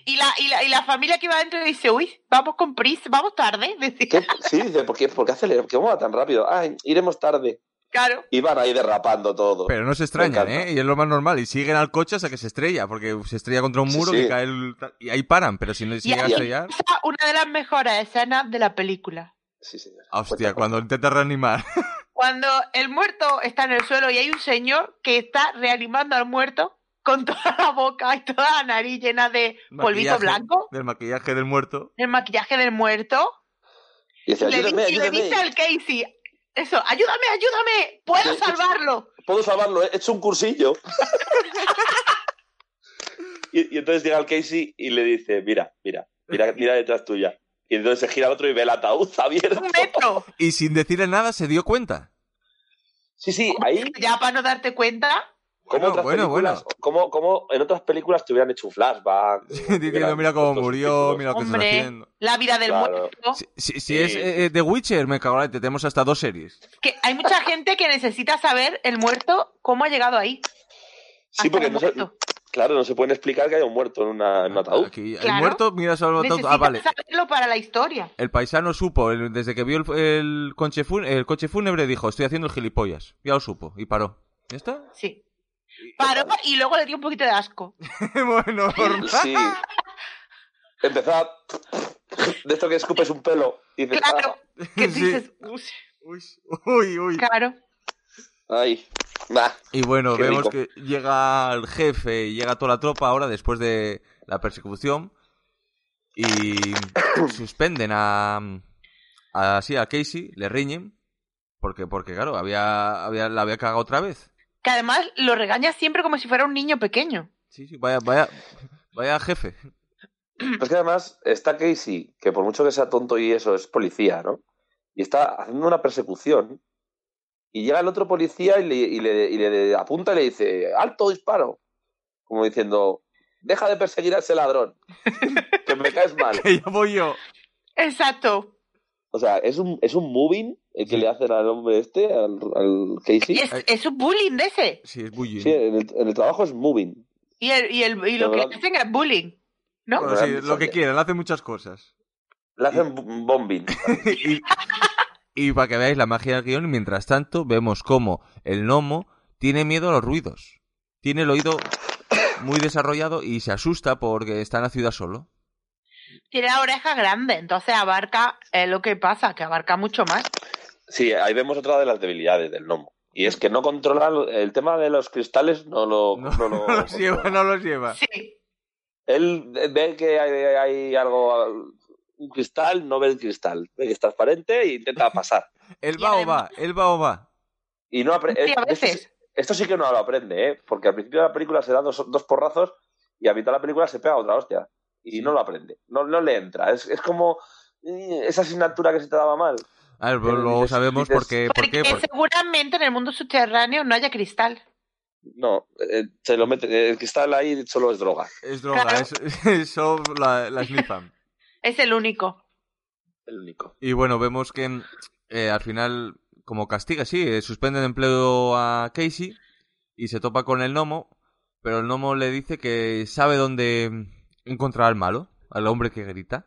y la, y la, y la familia que iba adentro dice, uy, vamos con prisa, vamos tarde. Decía, ¿Qué? Sí, dice, ¿por qué, por qué acelera? ¿Por qué va tan rápido? Ay, iremos tarde. claro. Y van ahí derrapando todo. Pero no se extrañan, encanta. ¿eh? Y es lo más normal. Y siguen al coche hasta que se estrella, porque se estrella contra un Sí, muro sí. que cae el... Y ahí paran, pero si no si Y llega a ahí- estrellar... Esa, una de las mejores escenas de la película. Sí, señor. Ah, Hostia, Cuenta, cuando intenta reanimar. Cuando el muerto está en el suelo y hay un señor que está reanimando al muerto con toda la boca y toda la nariz llena de polvito maquillaje- blanco, Del maquillaje del muerto. el maquillaje del muerto. cuenta. Y dice, le, ayúdame, di- y le ayúdame. dice al Casey, eso, ayúdame, ayúdame, puedo Sí. salvarlo. puedo salvarlo, he hecho un cursillo. y, y entonces llega el Casey y le dice, mira, mira, mira, mira detrás tuya. Y entonces se gira al otro y ve el ataúd abierto. Un metro. Y sin decirle nada se dio cuenta. Sí, sí, ahí Ya para no darte cuenta, como Bueno, otras bueno, películas, como, como en otras películas te hubieran hecho un flashback. Diciendo, mira cómo murió, mira lo que estás hombre, haciendo. la vida del Claro. muerto. Si, si- si es Sí, eh, eh, The Witcher, me cago en la- te tenemos hasta dos series. Que hay mucha gente que necesita saber el muerto cómo ha llegado ahí. Sí, hasta porque el no se, muerto. claro, no se pueden explicar que haya un muerto en, una, en un ataúd. Ah, Aquí, el Claro. muerto, mira solo el ataúd. Necesitas Ah, vale. saberlo para la historia. El paisano supo, el- desde que vio el, el conche fún- el coche fúnebre, dijo, estoy haciendo el gilipollas. Ya lo supo, y paró. ¿Ya está? Sí. Paró y luego le dio un poquito de asco. bueno, normal. Sí. Empezaba de esto que escupes un pelo y dices, Claro. Que Sí. dices, "Uy, Uy, uy, uy. claro. "Ah, ay, nah". Y bueno, Qué vemos rico. que llega el jefe y llega toda la tropa ahora después de la persecución y suspenden a, a, sí, a Casey, le riñen Porque, porque claro, había, había, la había cagado otra vez. Que además lo regaña siempre como si fuera un niño pequeño. Sí, sí, vaya, vaya, vaya jefe. Pero es que además está Casey, que por mucho que sea tonto y eso, es policía, ¿no? Y está haciendo una persecución. Y llega el otro policía y le, y le- y le apunta y le dice, alto disparo. Como diciendo, deja de perseguir a ese ladrón, que me caes mal. Que ya voy yo. Exacto. O sea, es un, es un moving el que le hacen al hombre este, al, al Casey. Es, es un bullying de ese. Sí, es bullying. Sí, en el, en el trabajo es moving. Y, el, y, el, y Pero lo que la- le hacen es bullying. ¿No? Bueno, sí, lo que quieran, hace muchas cosas. Le hacen b- bombing. y, y para que veáis la magia del guión, mientras tanto vemos cómo el gnomo tiene miedo a los ruidos. Tiene el oído muy desarrollado y se asusta porque está en la ciudad solo. Tiene la oreja grande, entonces abarca eh, lo que pasa, que abarca mucho más. Sí, ahí vemos otra de las debilidades del gnomo. Y es que no controla lo- el tema de los cristales, no lo. No, no lo- no los lleva, no los lleva. Sí. Él ve que hay, hay algo. Un cristal, no ve el cristal. Ve que es transparente e intenta pasar. El Y va o además- va, el va o va. Y no apre- Sí, a esto sí- veces. Esto sí que no lo aprende, ¿eh? Porque al principio de la película se da dos, dos porrazos y a mitad de la película se pega otra hostia. Y no lo aprende. No, no le entra. Es, es como. eh, Esa asignatura que se te daba mal. A ver, pero Pero luego dices- sabemos dices- Eh, por qué. ¿Por Porque qué? Porque- seguramente en el mundo subterráneo no haya cristal. No, eh, se lo mete. El cristal ahí solo es droga. es droga, Claro. es, eso la, la snifan. Es el único. El único. Y bueno, vemos que eh, al final, como castiga, sí, eh, suspende el empleo a Casey y se topa con el gnomo, pero el gnomo le dice que sabe dónde encontrar al malo, al hombre que grita.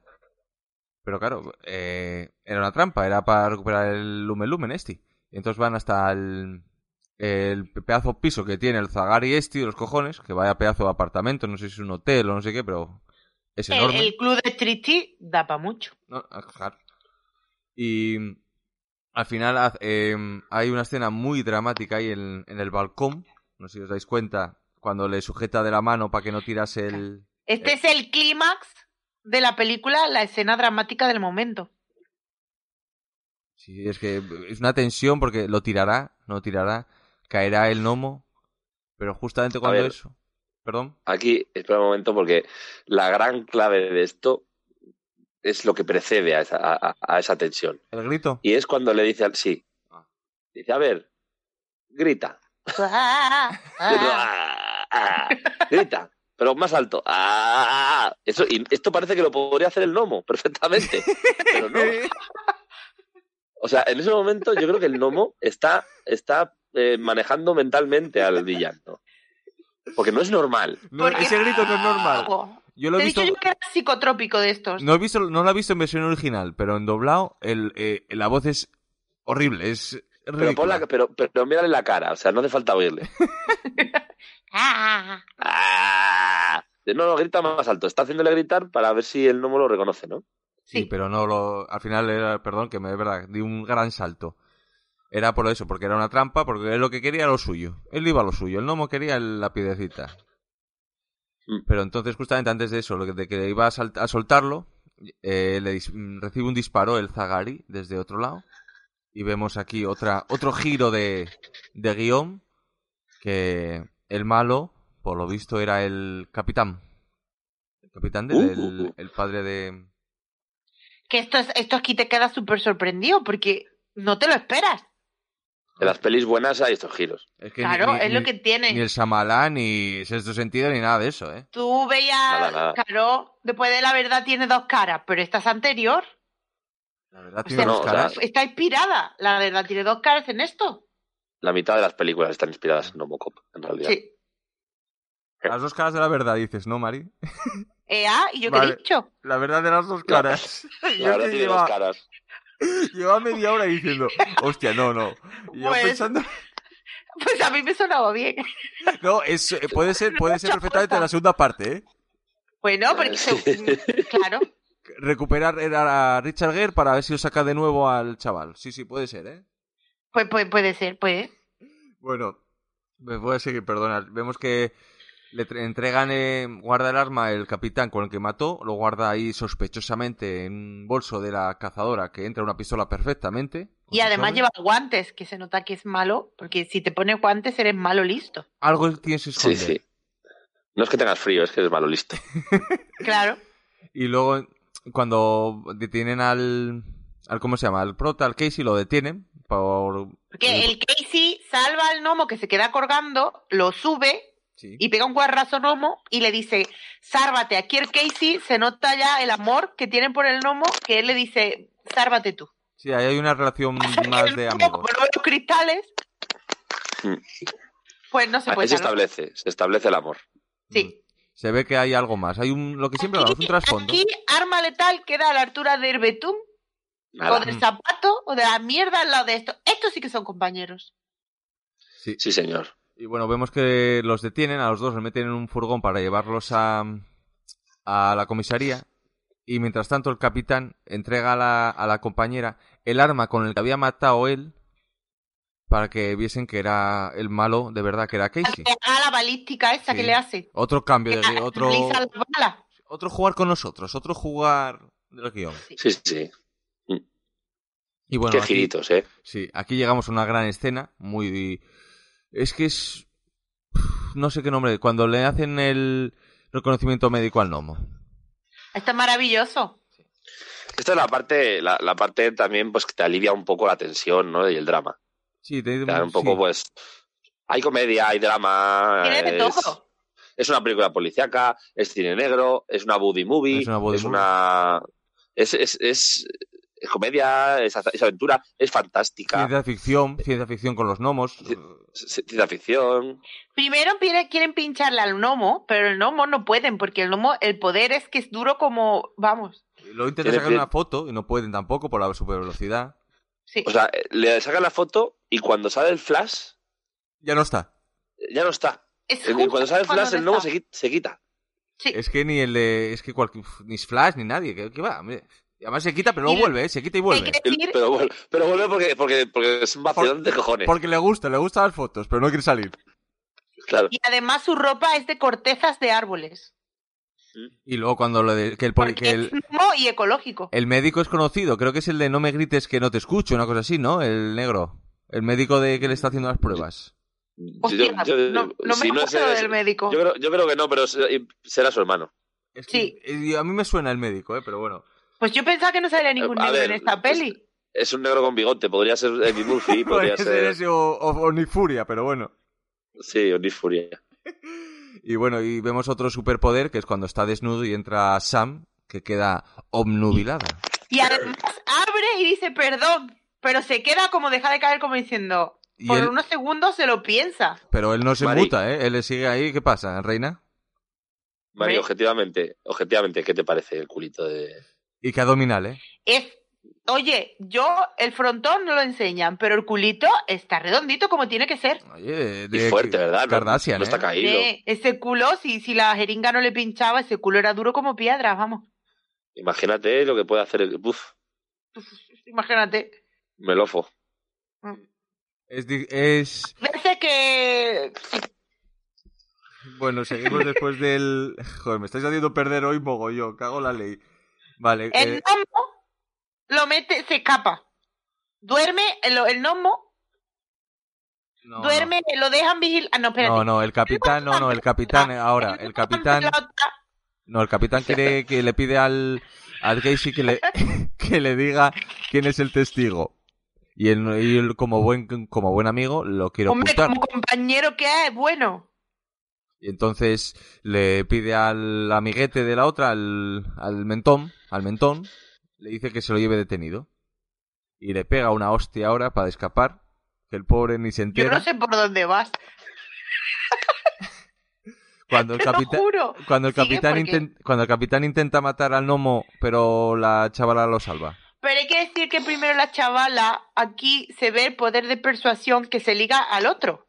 Pero claro, eh, era una trampa, era para recuperar el lumen lumen este. Y entonces van hasta el, el pedazo piso que tiene el Zagari este y los cojones, que vaya pedazo de apartamento, no sé si es un hotel o no sé qué, pero es El, enorme. el club de Tristí da para mucho. No, ah, claro. Y mm, al final haz- em, hay una escena muy dramática ahí en, en el balcón. No sé si os dais cuenta. Cuando le sujeta de la mano para que no tiras el. Este Eh. es el clímax de la película, la escena dramática del momento. Sí, es que es una tensión porque lo tirará, no lo tirará, caerá el gnomo. Pero justamente cuando ver. eso. Perdón. Aquí, espera un momento, porque la gran clave de esto es lo que precede a esa, a- a esa tensión. El grito. Y es cuando le dice al. Sí. Dice, a ver, grita. Ah, ah. Ah, ah, grita, pero más alto. Ah, ah. Eso, y esto parece que lo podría hacer el gnomo perfectamente, pero no. O sea, en ese momento yo creo que el gnomo está, está eh, manejando mentalmente al villano. Porque no es normal. No, Porque- ese grito no es normal. Algo. Yo lo he Te he visto. dicho yo que era psicotrópico de estos. No, he visto, no la he visto en versión original, pero en doblado el, eh, la voz es horrible. Es Pero, pon ridícula. la- pero, pero mírale la cara, o sea, no hace falta oírle. Ah, Ah. No, no, grita más alto. Está haciéndole gritar para ver si el gnomo lo reconoce, ¿no? Sí, Sí. pero no lo. Al final era. Perdón, que me es verdad. Di un gran salto. Era por eso, porque era una trampa, porque él lo que quería era lo suyo. Él iba a lo suyo, el gnomo quería el- la piedrecita. Mm. Pero entonces, justamente antes de eso, lo que- de que iba a, salt- a soltarlo, eh, le dis- mm, recibe un disparo el Zagari desde otro lado. Y vemos aquí otra, otro giro de, de guión. Que el malo, por lo visto, era el capitán. El capitán del Uh. el padre de, que esto, es, esto aquí te queda súper sorprendido porque no te lo esperas. En las pelis buenas hay estos giros. Es que ni- Claro, ni- es lo ni- que tiene. Ni el Samalán, ni sexto sentido, ni nada de eso, ¿eh? Tú veías, Nada, nada. claro, después de la verdad tiene dos caras, pero esta es anterior. La verdad, O tiene sea, dos no, o sea, caras. Está inspirada. La verdad tiene dos caras en esto. La mitad de las películas están inspiradas en Nomocop, en realidad. Sí. Las dos caras de la verdad, dices, ¿no, Mari? Ea, Eh, ah, ¿y yo Vale. qué he dicho? La verdad de las dos Claro. caras. La Yo verdad que tiene dos lleva, caras. lleva media hora diciendo, hostia, no, no. Y yo Pues- pensando, Pues a mí me sonaba bien. no, es, eh, puede ser, puede ser Mucha perfectamente fuerza. la segunda parte, ¿eh? Bueno, porque Sí. se- claro. Recuperar era a Richard Gere para ver si lo saca de nuevo al chaval. Sí, sí, puede ser, ¿eh? Pues, pues- puede ser, puede. Bueno, me voy a seguir, perdona. Vemos que le tre- entregan, eh, guarda el arma el capitán con el que mató, lo guarda ahí sospechosamente en un bolso de la cazadora que entra una pistola perfectamente, Y Pues además ¿sabes? lleva guantes, que se nota que es malo, porque si te pones guantes eres malo listo. Algo tienes que Sí, esconder. sí. No es que tengas frío, es que eres malo, listo. Claro. Y luego, cuando detienen al, al. ¿Cómo se llama? Al prota, al Casey, lo detienen. Por. Porque el Casey salva al gnomo que se queda colgando, lo sube Sí. y pega un guarrazo al gnomo y le dice, sárvate. Aquí el Casey se nota ya el amor que tienen por el gnomo, que él le dice, sárvate tú. Sí, ahí hay una relación más El de gnomo, amigos. Como no ve los cristales, Hmm. pues no se Ahí puede se salvar. establece, se establece el amor. Sí. Se ve que hay algo más. Hay un. Lo que siempre hablamos, Mm. un trasfondo. Aquí arma letal queda a la altura del betún, o Nada. del zapato, o de la mierda al lado de esto. Estos sí que son compañeros. Sí. Sí, señor. Y bueno, vemos que los detienen, a los dos los meten en un furgón para llevarlos a, a la comisaría. Y mientras tanto, el capitán entrega a la, a la compañera el arma con el que había matado él para que viesen que era el malo de verdad, que era Casey. A la balística esa Sí. que le hace. Otro cambio, de, otro, Lisa la bala. otro jugar con nosotros, otro jugar del guión. Sí, sí. Y bueno, Qué aquí- giritos, ¿eh? Sí, aquí llegamos a una gran escena, muy... Es que es... No sé qué nombre, cuando le hacen el reconocimiento médico al gnomo. Está maravilloso. Esta es la parte, la, la parte también pues que te alivia un poco la tensión, ¿no? Y el drama. Sí, te Te da un poco, sí. pues. Hay comedia, hay drama. Tiene de es- todo. Es una película policíaca, es cine negro, es una buddy movie, Es una buddy es una- es- es- es- es comedia, es, es aventura, es fantástica, Ciencia ficción, ciencia ficción con los gnomos. Sí. es ciencia ficción. Primero quiere- quieren pincharle al gnomo, pero el gnomo no pueden, porque el gnomo, el poder es que es duro como, vamos, Lo intentan Tiene sacar pie- una foto y no pueden tampoco por la super velocidad. sí. O sea, eh, le sacan la foto y cuando sale el flash, Ya no está. eh, ya no está. es Eh, justo Cuando sale el cuando flash, no el nuevo está. se qui- se quita. Sí. Es que ni el de- Es que cualquier... Ni Flash ni nadie. ¿Qué, qué va? hombre? Y además se quita, pero Y- luego vuelve, ¿eh? Se quita y Hay vuelve. que El- decir, eh, pero, vuelve, pero vuelve porque, porque, porque es un vacilón de cojones. Porque le gusta, le gustan las fotos, pero no quiere salir. claro. y además su ropa es de cortezas de árboles, Y luego cuando lo de... Que el, poli- porque que el, es gnomo y ecológico. El médico es conocido, creo que es el de no me grites que no te escucho, una cosa así, ¿no? El negro. El médico de que le está haciendo las pruebas. Hostia, no, no me si acuerdo es- es- del médico. Yo creo, yo creo que no, pero se- será su hermano. Es que- Sí. eh, A mí me suena el médico, ¿eh? Pero bueno. Pues yo pensaba que no salía ningún A negro ver, en esta pues- peli. Es un negro con bigote, podría ser Eddie Murphy, podría Podría ser ser. ese o, o, o ni Furia, pero bueno. Sí, Oni Furia. Y bueno, y vemos otro superpoder que es cuando está desnudo y entra Sam, que queda obnubilada. Y además abre y dice perdón, pero se queda como deja de caer como diciendo, Y por él- unos segundos se lo piensa. Pero él no se Mari. muta, ¿eh? Él le sigue ahí. ¿Qué pasa, reina? Mario, ¿Ve? objetivamente, objetivamente, ¿qué te parece el culito de.? Y que abdominal, ¿eh? Es, oye, yo el frontón no lo enseñan, pero el culito está redondito como tiene que ser. Oye, Y fuerte, ¿verdad? No- Kardashian, no está ¿eh? caído. Eh, ese culo, si, si la jeringa no le pinchaba, ese culo era duro como piedra, vamos. Imagínate lo que puede hacer el. Uf, Imagínate. melofo. Es, di- es... Parece que Bueno, seguimos después del... Joder, me estáis haciendo perder hoy mogollón. Cago en la ley. Vale. eh, el gnomo lo mete, se escapa. Duerme, el, el gnomo no, no. duerme, lo dejan vigilar. Ah, no, espérate. No, no, el capitán, no, no, el capitán, eh, ahora, el capitán, no, el capitán quiere que le pide al, al Casey que le, que le diga quién es el testigo. Y él, y él como buen, como buen amigo lo quiere Hombre, ocultar. como compañero que es, bueno. Y entonces le pide al amiguete de la otra, al, al mentón, al mentón, le dice que se lo lleve detenido. Y le pega una hostia ahora para escapar, que el pobre ni se Yo entera. no sé por dónde vas. cuando el te lo capitán, juro. Cuando el Sigue, capitán porque- inten- cuando el capitán intenta matar al gnomo, pero la chavala lo salva. Pero hay que decir que primero la chavala, aquí se ve el poder de persuasión que se liga al otro.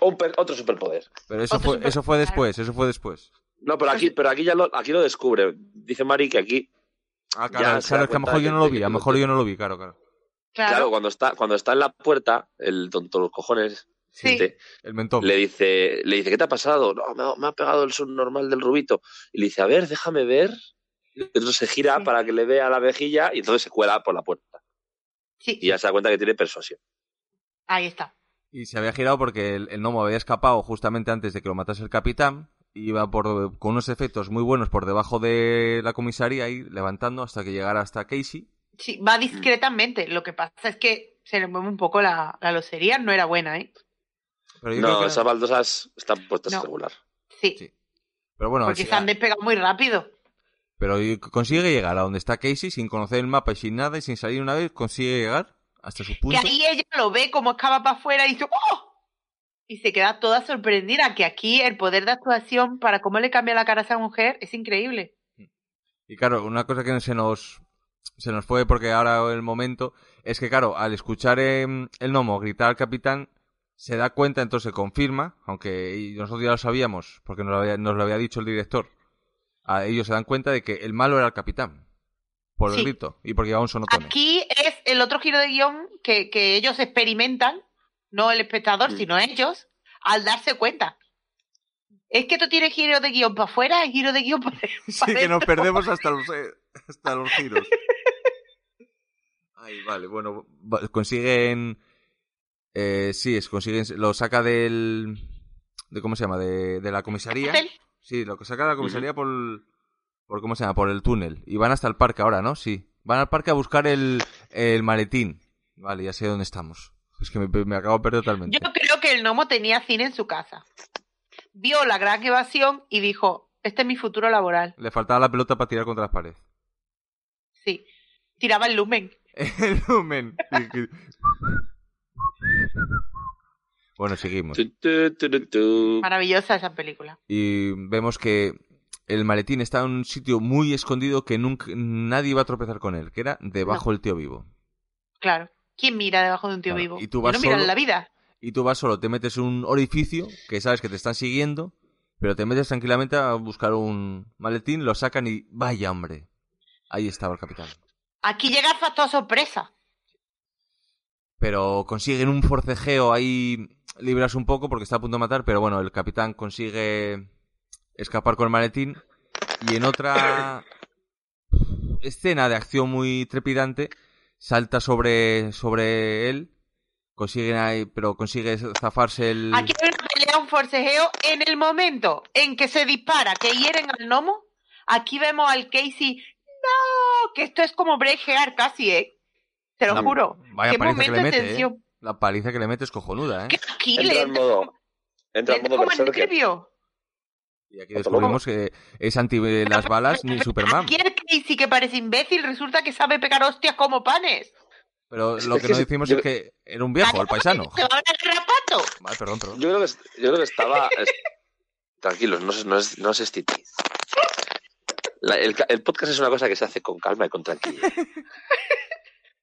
Un per- otro superpoder. Pero eso Otro fue super- eso fue después, eso fue después. No, pero aquí, pero aquí ya lo, aquí lo descubre. Dice Mari que aquí Ah, Ya, claro, claro, es se da que a lo cuenta mejor de yo no que- lo vi, a lo que- mejor yo no lo vi, claro, claro. Claro. Claro, cuando está cuando está en la puerta, el tonto los cojones Sí. te- El mentón. le dice le dice, "¿Qué te ha pasado?" "No, me ha, me ha pegado el subnormal del rubito." Y le dice, "A ver, déjame ver." Entonces se gira Sí. para que le vea la vejilla y entonces se cuela por la puerta. Sí, Y ya se da cuenta que tiene persuasión. ahí está. Y se había girado porque el, el gnomo había escapado justamente antes de que lo matase el capitán. Iba por, con unos efectos muy buenos por debajo de la comisaría y levantando hasta que llegara hasta Casey. Sí, va discretamente. Lo que pasa es que se le mueve un poco la, la locería, no era buena, ¿eh? Pero yo creo No, que- esas baldosas están puestas No. regular. Sí, ah. Sí, Pero bueno, porque sí, se han despegado muy rápido. pero y- consigue llegar a donde está Casey sin conocer el mapa y sin nada y sin salir una vez, consigue llegar hasta su punto. Que ahí ella lo ve como escapa para afuera y dice ¡Oh! Y se queda toda sorprendida que aquí el poder de actuación para cómo le cambia la cara a esa mujer es increíble. Y claro, una cosa que se nos se nos fue porque ahora el momento es que claro, al escuchar em, el gnomo gritar al capitán se da cuenta, entonces confirma, aunque y nosotros ya lo sabíamos porque nos lo había, nos lo había dicho el director. A ellos se dan cuenta de que el malo era el capitán por el Sí. grito y porque llevaba un sonotone. Aquí es el otro giro de guión que, que ellos experimentan, no el espectador, Mm. sino ellos, al darse cuenta. Es que tú tienes giro de guión para afuera y giro de guión para Sí, que nos perdemos hasta los, eh, hasta los giros. Ay, vale, bueno, va- consiguen... Eh, sí, es, consiguen... Lo saca del... De, ¿Cómo se llama? De, de la comisaría. Sí, lo que saca de la comisaría por, por... ¿Cómo se llama? Por el túnel. Y van hasta el parque ahora, ¿no? Sí. Van al parque a buscar el, el maletín. Vale, ya sé dónde estamos. Es que me, me acabo de perder totalmente. Yo creo que el gnomo tenía cine en su casa. Vio la gran evasión y dijo, este es mi futuro laboral. Le faltaba la pelota para tirar contra la pared. Sí. Tiraba el lumen. El lumen. Sí, que- Bueno, seguimos. Tu, tu, tu, tu, tu. Maravillosa esa película. Y vemos que el maletín está en un sitio muy escondido que nunca nadie iba a tropezar con él, que era debajo del tío vivo. Claro. ¿Quién mira debajo de un tío Claro, vivo? y tú Yo vas no miran solo- la vida. Y tú vas solo, te metes en un orificio que sabes que te están siguiendo, pero te metes tranquilamente a buscar un maletín, lo sacan y vaya hombre. Ahí estaba el capitán. Aquí llega el factor sorpresa. pero consiguen un forcejeo ahí libras un poco porque está a punto de matar, pero bueno, el capitán consigue escapar con el maletín y en otra escena de acción muy trepidante salta sobre sobre él, consiguen ahí, pero consigue zafarse el Aquí hay una pelea, un forcejeo. En el momento en que se dispara, que hieren al gnomo, aquí vemos al Casey. ¡No! Que esto es como brejear casi, ¿eh? Te lo La- juro. vaya Qué paliza que momento le de mete, ¿eh? tensión. la paliza que le metes cojonuda, Qué ¿eh? aquí le Entra en entra- modo. Entra le en entra modo como el berserker. nervio. Y aquí Hasta luego. descubrimos que es anti las balas ni Superman. Aquí el Casey que parece imbécil resulta que sabe pegar hostias como panes. Pero Es lo que que no sí, decimos yo- es que era un viejo, el paisano. Se va a hablar rapato. Vale, perdón, perdón. Yo creo que, yo creo que estaba. es- Tranquilos, no es, no es, no es estitiz. La- el, ca- el podcast es una cosa que se hace con calma y con tranquilidad.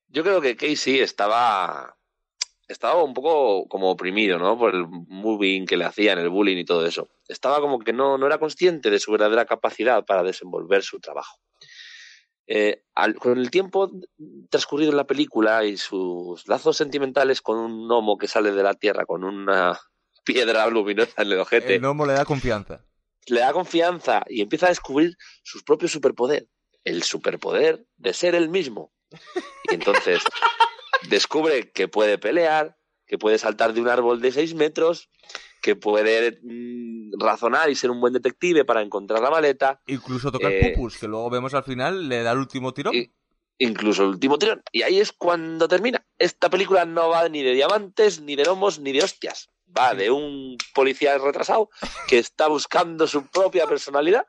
Yo creo que Casey estaba. Estaba un poco como oprimido, ¿no? Por el moving que le hacían, el bullying y todo eso. Estaba como que no, no era consciente de su verdadera capacidad para desenvolver su trabajo. Eh, al- con el tiempo transcurrido en la película y sus lazos sentimentales con un gnomo que sale de la tierra con una piedra luminosa en el ojete, El gnomo le da confianza. le da confianza y empieza a descubrir su propio superpoder, el superpoder de ser él mismo. Y entonces descubre que puede pelear, que puede saltar de un árbol de 6 metros, que puede mm, razonar y ser un buen detective para encontrar la maleta, Incluso tocar Eh, pupus, que luego vemos al final, le da el último tirón. Y- incluso el último tirón. Y ahí es cuando termina. Esta película no va ni de diamantes, ni de lomos, ni de hostias. Va de un policía retrasado que está buscando su propia personalidad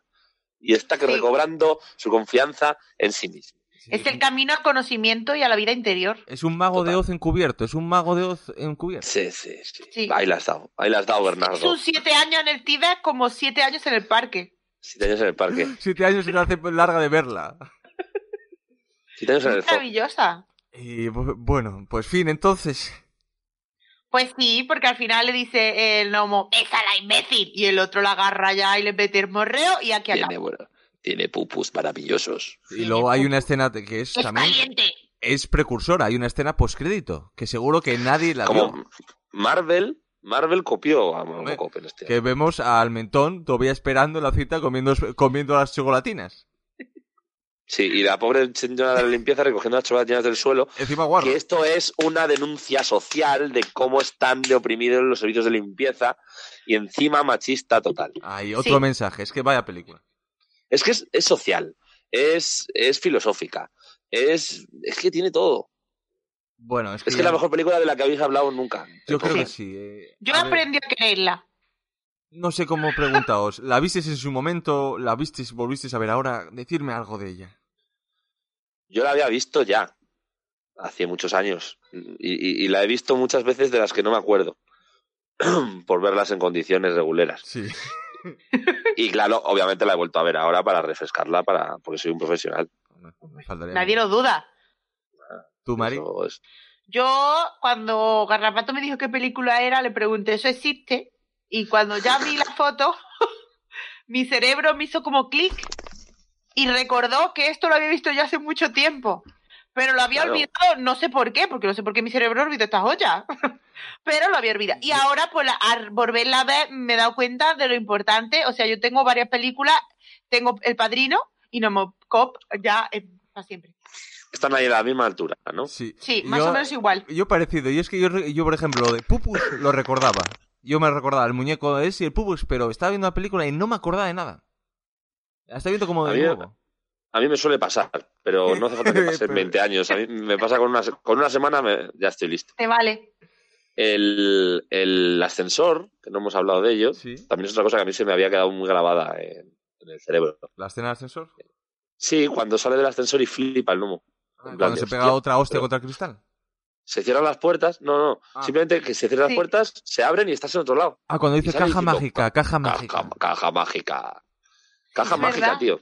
y está que Sí. recobrando su confianza en sí mismo. Sí, Es el camino al conocimiento y a la vida interior. es un mago de Total. Oz encubierto, es un mago de Oz encubierto. Sí, sí, sí. Sí. Ahí la has dado, ahí la has dado, Bernardo. Son siete años en el Tíbet como siete años en el parque. Siete años en el parque, Siete años se te hace larga de verla. siete años en el zoo. Maravillosa. Y bu- bueno, pues fin, entonces. Pues sí, porque al final le dice el gnomo, la imbécil! Y el otro la agarra ya y le mete el morreo y aquí Tiene, acaba. bueno, tiene pupus maravillosos. Y luego hay una escena te- que es Es también caliente. es precursora, hay una escena postcrédito, que seguro que nadie la vio. Como Marvel, Marvel copió a Hombre, Robocop en este. Que vemos al mentón todavía esperando la cita comiendo, comiendo las chocolatinas. Sí, y la pobre señora de la limpieza recogiendo las chocolates llenas del suelo. Encima guarro. Que esto es una denuncia social de cómo están de oprimidos los servicios de limpieza y encima machista total. Hay otro Sí. mensaje, es que vaya película. Es que es, es social, es, es filosófica, es, es que tiene todo. Bueno, es que, Es que es la mejor película de la que habéis hablado nunca. Mm. yo creo que Entonces, sí. eh, Yo a ver, aprendí a quererla. no sé cómo preguntaos. ¿La visteis en su momento? ¿La visteis y volvisteis a ver ahora? Decirme algo de ella. Yo la había visto ya, hace muchos años, y, y- y la he visto muchas veces de las que no me acuerdo, por verlas en condiciones regulares. Sí. Y claro, obviamente la he vuelto a ver ahora para refrescarla, para porque soy un profesional. No, me faltaría Nadie nada. lo duda. ¿Tú, Mari? Eso es- Yo, cuando Garrapato me dijo qué película era, le pregunté, ¿eso existe? Y cuando ya vi la foto, mi cerebro me hizo como clic y recordó que esto lo había visto yo hace mucho tiempo. Pero lo había Claro. olvidado, no sé por qué, porque no sé por qué mi cerebro olvidó esta joya. Pero lo había olvidado. Y ahora, pues, la- al volverla a ver, me he dado cuenta de lo importante. O sea, yo tengo varias películas. Tengo El Padrino y Nomocop ya eh, para siempre. Están ahí a la misma altura, ¿no? Sí, Sí, más Yo- o menos igual. Yo parecido, y es que yo, re- yo por ejemplo, lo de Pupus lo recordaba. Yo me recordaba el muñeco de ese y el Pupus, pero estaba viendo la película y no me acordaba de nada. La estaba viendo como A de mí me- nuevo. A mí me suele pasar, pero no hace falta que pasen Pero- 20 años. A mí me pasa con una, se- con una semana, me- ya estoy listo. Te vale. El, el ascensor, que no hemos hablado de ello, Sí, también es otra cosa que a mí se me había quedado muy grabada en, en el cerebro. la escena del ascensor. Sí, cuando sale del ascensor y flipa el humo. Ah, plan Cuando de se hostia, pega otra hostia pero- contra el cristal. Se cierran las puertas, no, no, Ah. simplemente que se cierran Sí. las puertas, se abren y estás en otro lado. Ah, cuando Y dice sale caja diciendo, mágica, caja mágica. Caja, caja mágica. Caja Es mágica, verdad. tío.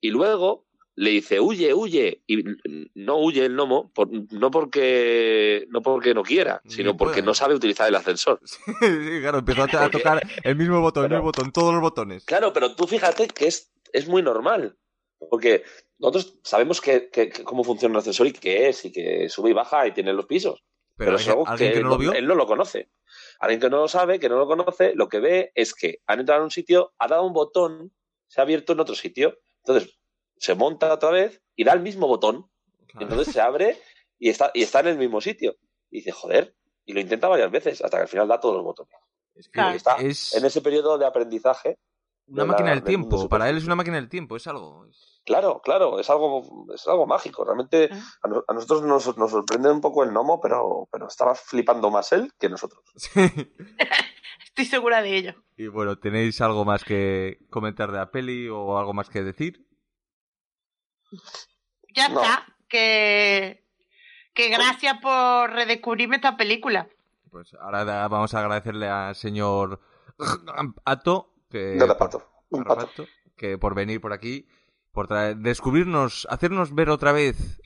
Y luego le dice, huye, huye. Y mm, no huye el gnomo, por- no, porque, no porque no quiera, Ni sino porque puede. no sabe utilizar el ascensor. sí, claro, empezó a, a Porque- tocar el mismo botón, el Pero- mismo botón, todos los botones. Claro, pero tú fíjate que es, es muy normal. Porque nosotros sabemos que, que- que cómo funciona un ascensor y qué es, y que sube y baja y tiene los pisos. Pero, Pero, hay- es algo alguien que, no lo vio. él no lo conoce. Alguien que no lo sabe, que no lo conoce, lo que ve es que han entrado en un sitio, ha dado un botón, se ha abierto en otro sitio. Entonces se monta otra vez y da el mismo botón. Claro. Entonces se abre y está, y está en el mismo sitio. Y dice, joder. Y lo intenta varias veces hasta que al final da todos los botones. Es, que Claro. Está es En ese periodo de aprendizaje. una de la- máquina del del mundo tiempo. Para superior. él es una máquina del tiempo, es algo. es- Claro, claro, es algo, es algo mágico. Realmente Ah. a, no- a nosotros nos, nos sorprende un poco el gnomo, pero, pero estaba flipando más él que nosotros. Sí. Estoy segura de ello. Y bueno, ¿tenéis algo más que comentar de la peli o algo más que decir? Ya No. está. Que, que gracias por redescubrirme esta película. Pues ahora da- vamos a agradecerle al señor Ato, que, Eh, Nada, pato. Un pato. Garrapato, que por venir por aquí, por traer- descubrirnos, hacernos ver otra vez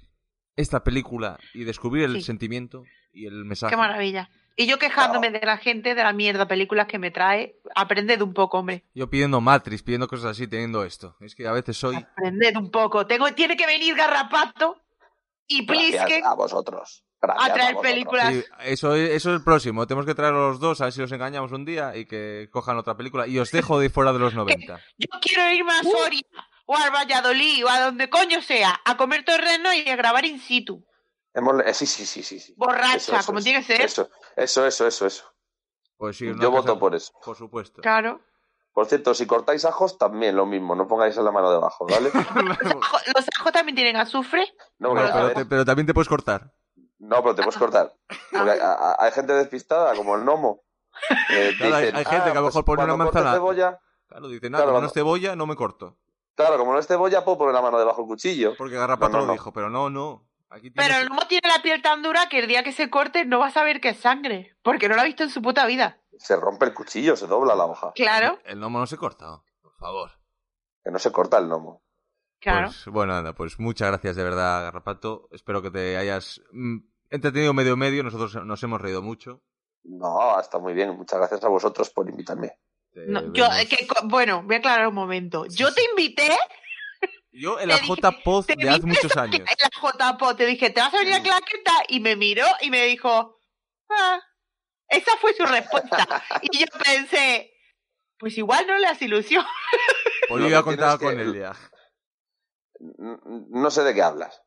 esta película y descubrir el Sí. sentimiento y el Ah. mensaje. Qué maravilla. Y yo quejándome de la gente, de la mierda películas que me trae. Aprended un poco, hombre. Yo pidiendo Matrix, pidiendo cosas así, teniendo esto. Es que a veces soy... Aprended un poco. Tengo, tiene que venir Garrapato y Gracias ah. Plisken a vosotras. a traer películas. Sí, eso, es, eso es el próximo. Tenemos que traer a los dos, a ver si los engañamos un día y que cojan otra película. Y os dejo de fuera de los 90. Yo quiero irme Uh. a Soria o a Valladolid o a donde coño sea a comer torreno y a grabar in situ. Hemos le- eh, Sí, sí, sí, sí. sí. Borracha, Eso, eso, como eso. tiene que ser. Eso, eso, eso, eso. eso. Pues sí, una Yo casa- voto por eso. Por supuesto. Claro. Por cierto, si cortáis ajos, también lo mismo. No pongáis la mano debajo, ¿vale? Jo- Los ajos también tienen azufre. No, Bueno, porque, a pero, ver, te- pero también te puedes cortar. no, pero te puedes cortar. Porque hay, a- a- hay gente despistada, como el gnomo. Eh, Claro, hay- dicen, hay gente que a lo pues mejor pone una cuando cortes manzana. cebolla- Claro, dice, nada, como Claro, no vamos. es cebolla, no me corto. claro, como no es cebolla, puedo poner la mano debajo del cuchillo. Porque Garrapato No, no, lo no. dijo, pero no, no. Aquí tienes- Pero el humo tiene la piel tan dura que el día que se corte no va a saber que es sangre, porque no lo ha visto en su puta vida. Se rompe el cuchillo, se dobla la hoja. Claro, El gnomo no se corta, por favor. Que no se corta el gnomo. claro. Pues, bueno, anda, pues muchas gracias de verdad, Garrapato. Espero que te hayas mm, entretenido medio medio. Nosotros nos hemos reído mucho. No, está muy bien. Muchas gracias a vosotros por invitarme. Te No, yo, vemos- eh, que co- bueno, voy a aclarar un momento. Yo te invité, Yo en te la dije- J-Poz te de hace dije- muchos en años. la JPO, te dije, ¿te vas a venir a Claqueta? Y me miró y me dijo, ah, esa fue su respuesta. Y yo pensé, pues igual no le hace ilusión. Pues yo Lo que ya contaba tienes con que- él ya. n- no sé de qué hablas.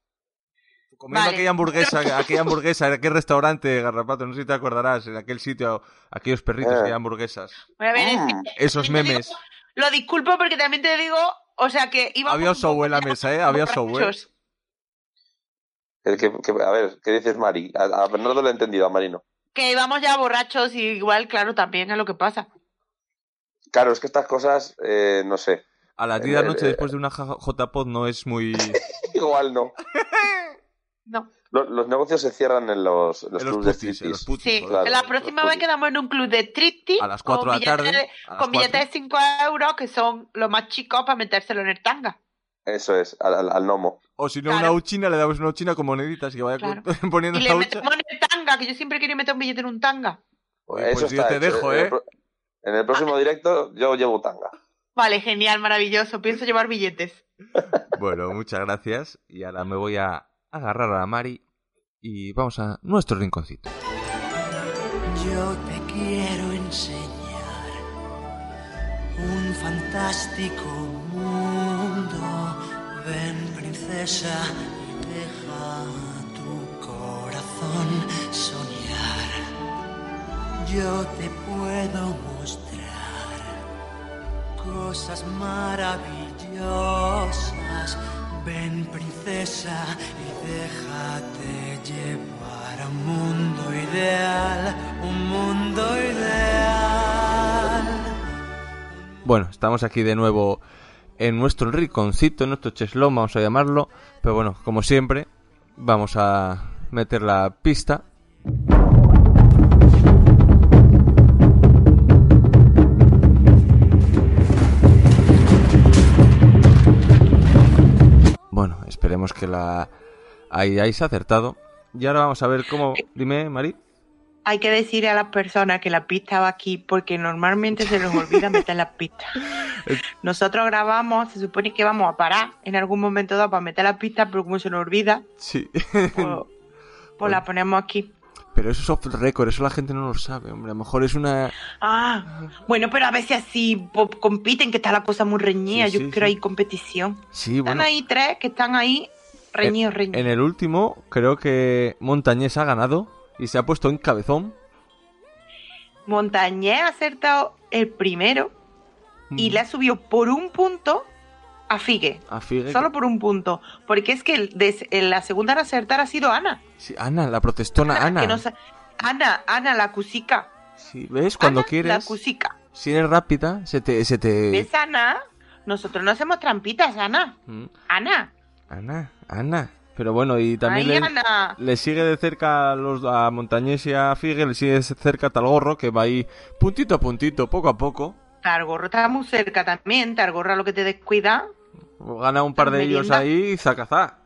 Comiendo Vale. aquella hamburguesa, aquella hamburguesa, en aquel restaurante, Garrapato, no sé si te acordarás, en aquel sitio, aquellos perritos, Eh. aquellas hamburguesas, Voy a ver, es que Ah. Mm. esos También te memes. digo- lo disculpo porque también te digo, o sea que iba Había Subway en la mesa, ¿eh? Había Subway. muchos. El que- que- a ver, ¿qué dices, Mari? A, a Bernardo lo he entendido, a Marino. Que íbamos ya borrachos y igual, claro, también es lo que pasa. Claro, es que estas cosas, eh, no sé. A las 10 de la noche Eh, después de una J-Pod no es muy... Igual no. No. Lo- Los, negocios se cierran en los, los en clubs de putis, en striptease. los putis, Sí, joder. claro. la próxima vez quedamos en un club de tripty A las 4 de la tarde, a las con billetes 4. de 5 euros que son los más chicos para metérselo en el tanga. Eso es, al, al- al gnomo. O si no, Claro. una uchina, le damos una uchina con moneditas que vaya Claro. con- poniendo Y la le hucha. metemos en el tanga, que yo siempre quiero meter un billete en un tanga. Oye, Eso pues yo está te hecho. dejo, En el ¿eh? pro- En el próximo directo yo llevo tanga. Vale, genial, maravilloso. Pienso llevar billetes. Bueno, muchas gracias. Y ahora me voy a agarrar a la Mari y vamos a nuestro rinconcito. Yo te quiero enseñar un fantástico mundo. Ven, princesa, y deja tu corazón soñar. Yo te puedo mostrar cosas maravillosas. Ven, princesa, y déjate llevar a un mundo ideal, un mundo ideal. Bueno, estamos aquí de nuevo en nuestro rinconcito, en nuestro cheslón, vamos a llamarlo. Pero bueno, como siempre, vamos a meter la pista. Bueno, esperemos que la ahí hayáis acertado. Y ahora vamos a ver cómo... Dime, Mari. Hay que decir a las personas que la pista va aquí porque normalmente se nos olvida meter las pistas. Nosotros grabamos, se supone que vamos a parar en algún momento dado para meter las pistas, pero como se nos olvida, Sí. pues, pues la ponemos aquí. Pero eso es off record, eso la gente no lo sabe, hombre. A lo mejor es una... Ah, bueno, pero a veces así po- compiten, que está la cosa muy reñida. Sí, Yo sí, creo sí. ahí competición. Sí, Están bueno. Eh, ahí tres que están ahí reñidos, reñidos. En el último, creo que Montañés ha ganado y se ha puesto en cabezón. Montañés ha acertado el primero y Mm. le ha subido por un punto a Figue. A Figue. Solo por un punto. Porque es que el des- en la segunda en acertar ha sido Ana. Sí, Ana, la protestona Ana. Que no sa- Ana, Ana, la cusica. Sí, ¿Ves? Pues Cuando Ana, La quieres, cusica. si eres rápida, se te... Se te... ¿Ves, Ana? Nosotros no hacemos trampitas, Ana. Mm, Ana. Ana, Ana. Pero bueno, y Ay, también le, Ana. le sigue de cerca a, los, a Montañés y a Figue, le sigue de cerca a Talgorro, que va ahí puntito a puntito, poco a poco. Targorro está muy cerca también. Targorro a lo que te descuida. Gana un par de ellos Merienda. ahí y zacazá.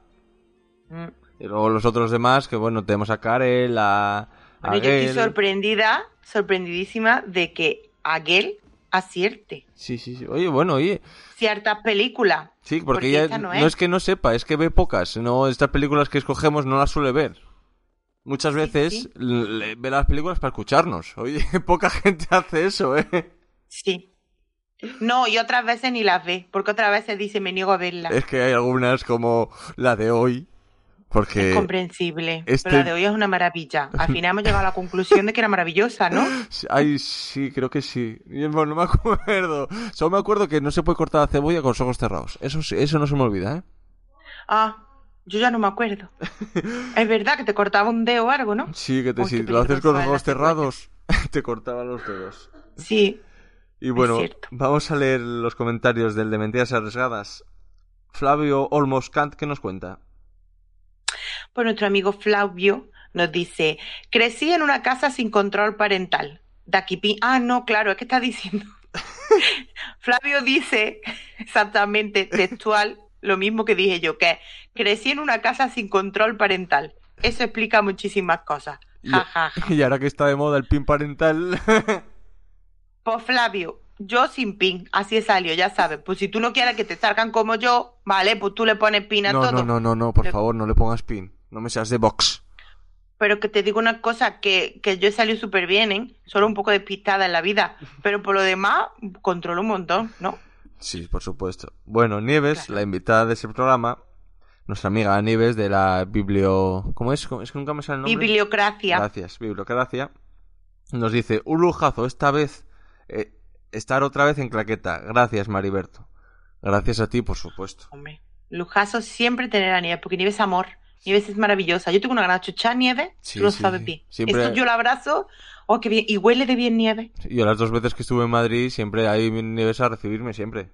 Mm. Y luego los otros demás, que bueno, tenemos a Karel, a... a Bueno, yo Gel. estoy sorprendida, sorprendidísima de que Aguel acierte Sí, sí, sí. Oye, bueno, oye. ciertas películas. Sí, porque, Porque ella esta no no es. es. que no sepa, es que ve pocas. No, estas películas que escogemos no las suele ver. Muchas veces sí. le- ve las películas para escucharnos. Oye, poca gente hace eso, ¿eh? Sí. No, y otras veces ni las ve, porque otras veces dice me niego a verla. Es, Es que hay algunas como la de hoy, porque comprensible. este- Pero la de hoy es una maravilla. Al final hemos llegado a la conclusión de que era maravillosa, ¿no? ay, sí, creo que sí. Y, Bueno, no me acuerdo. Solo me acuerdo que no se puede cortar la cebolla con los ojos cerrados. Eso sí- eso no se me olvida, ¿eh? Ah, yo ya no me acuerdo. Es verdad que te cortaba un dedo o algo, ¿no? Sí, que te, Uy, qué este si lo haces con los ojos peligrosa es la cebolla. cerrados, te cortaban los dedos. Sí. Y bueno, cierto. vamos a leer los comentarios del de Mentiras Arriesgadas. Flavio Olmos Kant, ¿qué nos cuenta? Pues nuestro amigo Flavio nos dice, crecí en una casa sin control parental. De aquí pi- Ah, no, claro, es que está diciendo. Flavio dice exactamente textual lo mismo que dije yo, que crecí en una casa sin control parental. Eso explica muchísimas cosas. Y, Ja, ja, ja. y ahora que está de moda el pin parental, Pues Flavio, yo sin pin, así salió, ya sabes. Pues si tú no quieres que te salgan como yo, vale, pues tú le pones pin a no, todo. no, no, no, no, por Le- favor, no le pongas pin. No me seas de box. Pero que te digo una cosa, que, que yo he salido súper bien, ¿eh? Solo un poco despistada en la vida. Pero por lo demás, controlo un montón, ¿no? Sí, por supuesto. Bueno, Nieves, la invitada de ese programa, nuestra amiga Nieves de la biblio... ¿Cómo es? ¿Cómo- Es que nunca me sale el nombre. Bibliocracia. Gracias, bibliocracia. Nos dice, un lujazo esta vez eh, estar otra vez en Claqueta. Gracias, Mariberto. Gracias a ti, por supuesto. Hombre, lujazo siempre tener a Nieves, porque Nieves es amor. Nieves es maravillosa. Yo tengo una gana de chuchar Nieves, Sí, tú lo sí, sabes sí. bien. Siempre- Eso yo la abrazo, oh, qué bien. Y huele de bien Nieves. Yo las dos veces que estuve en Madrid siempre hay Nieves a recibirme, siempre.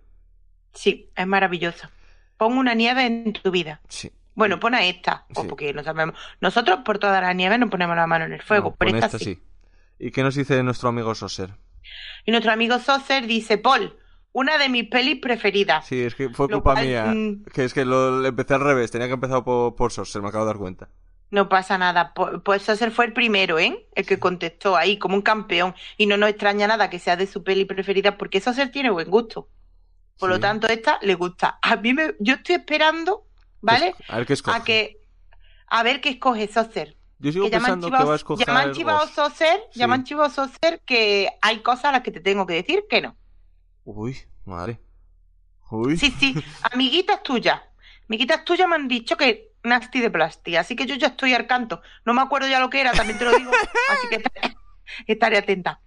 Sí, es maravilloso. Pon una nieve en tu vida. Sí. Bueno, pon a esta, o Sí. porque no sabemos. Nosotros por todas las nieves no ponemos la mano en el fuego, No, pero con esta, esta sí. ¿Y qué nos dice nuestro amigo Soser? Y nuestro amigo Soser dice, Paul, una de mis pelis preferidas. Sí, es que fue Lo culpa cual, mía. mm. Que es que lo lo empecé al revés. Tenía que empezar por, por Soser, me acabo de dar cuenta. No pasa nada. Po- Pues Soser fue el primero, ¿eh? El que contestó ahí como un campeón. Y no nos extraña nada que sea de su peli preferida, porque Soser tiene buen gusto. Por Sí. lo tanto, esta le gusta. A mí me... Yo estoy esperando, ¿vale? A ver qué escoge. A que... A ver qué escoge Soser. Yo sigo que ya me han pensando que va a chivado- escoger. ya me han chivado Ghost. Soser, ya me Sí. han chivado Soser que hay cosas a las que te tengo que decir que no. Uy, madre. Uy. Sí, sí, amiguitas tuyas. Amiguitas tuyas me han dicho que nasty de plasti, así que yo ya estoy al canto. No me acuerdo ya lo que era, también te lo digo, así que estaré, estaré atenta.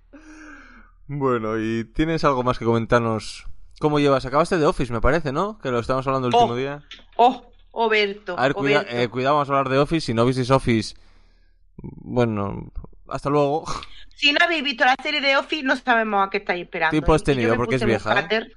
Bueno, ¿y tienes algo más que comentarnos? ¿Cómo llevas? Acabaste de Office, me parece, ¿no? Que lo estábamos hablando el Oh. último día. Oh, Oberto. A ver, cuida- Oberto. eh, cuidado, vamos a hablar de Office. Si no visteis Office, bueno, hasta luego. Si no habéis visto la serie de Office, no sabemos a qué estáis esperando. Tiempo has Y- y yo tenido, me porque es puse vieja, ¿eh? Mujáter.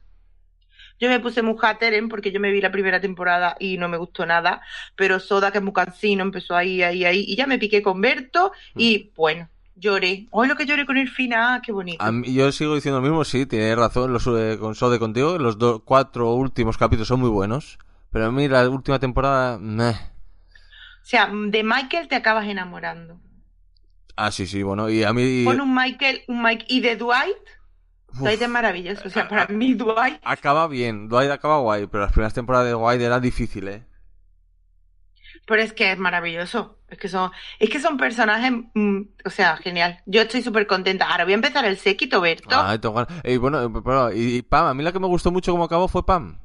Yo me puse Mujater porque yo me vi la primera temporada y no me gustó nada, pero Soda, que es muy cansino, empezó ahí, ahí, ahí, y ya me piqué con Berto y Mm. bueno, lloré. Hoy lo que lloré con el final, qué bonito. A mí- yo sigo diciendo lo mismo, sí, tienes razón, los, eh, con Sode contigo, los do- cuatro últimos capítulos son muy buenos, pero a mí la última temporada... meh. O sea, de Michael te acabas enamorando. Ah, sí, sí, bueno, y a mí... Pon un Michael, un Mike y de Dwight, uf, Ah, Dwight es maravilloso. O sea, para mí Dwight, acaba bien, Dwight acaba guay, pero las primeras temporadas de Dwight era difícil, ¿eh? pero es que es maravilloso. Es que son, es que son personajes, mm, o sea, genial. Yo estoy súper contenta. Ahora voy a empezar el séquito, Berto. Ah, tengo ganas- Y bueno, eh, pero- y, y Pam, a mí la que me gustó mucho como acabó fue Pam.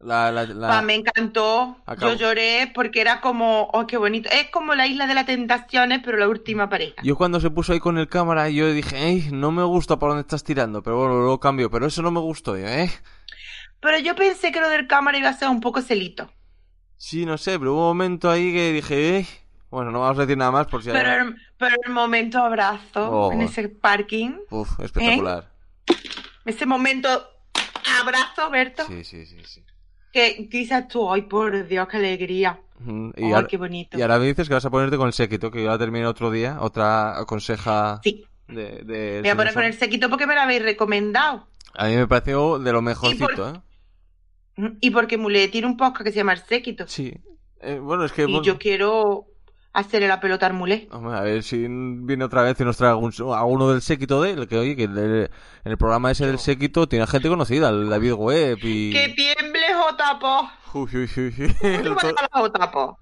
La, la, la- Pa, me encantó. Acabo. Yo lloré porque era como, oh, qué bonito. Es como la isla de las tentaciones, pero la última pareja. Yo cuando se puso ahí con el cámara, yo dije, "Ey, no me gusta por dónde estás tirando, pero bueno, luego cambio, pero eso no me gustó, ¿eh? Pero yo pensé que lo del cámara iba a ser un poco celito. Sí, no sé, pero hubo un momento ahí que dije, "Ey". bueno, no vamos a decir nada más por si hay- Pero, el- pero el momento abrazo Oh. en ese parking. Uf, espectacular. ¿eh? Ese momento abrazo, Berto, Sí, sí, sí, sí. que dices tú, ay, por Dios, qué alegría. Mm, Y, Ay, ahora, qué bonito. y ahora me dices que vas a ponerte con el séquito, que yo la terminé otro día, otra aconseja Sí, de... de- me voy a poner con el sequito porque me lo habéis recomendado. A mí me pareció de lo mejorcito, ¿eh? Mm, Y porque Mule tiene un podcast que se llama El Séquito. Sí. Eh, bueno, es que... Y bueno, yo quiero hacerle la pelota al Mule. Hombre, a ver si viene otra vez y nos trae algún, alguno del séquito de él, que oye, que el- el- en el programa ese del séquito tiene gente conocida, el David Webb y... ¡Que tiemble, Jotapo! Uy, uy, uy, uy. El ¿Cómo te to- va la Jotapo?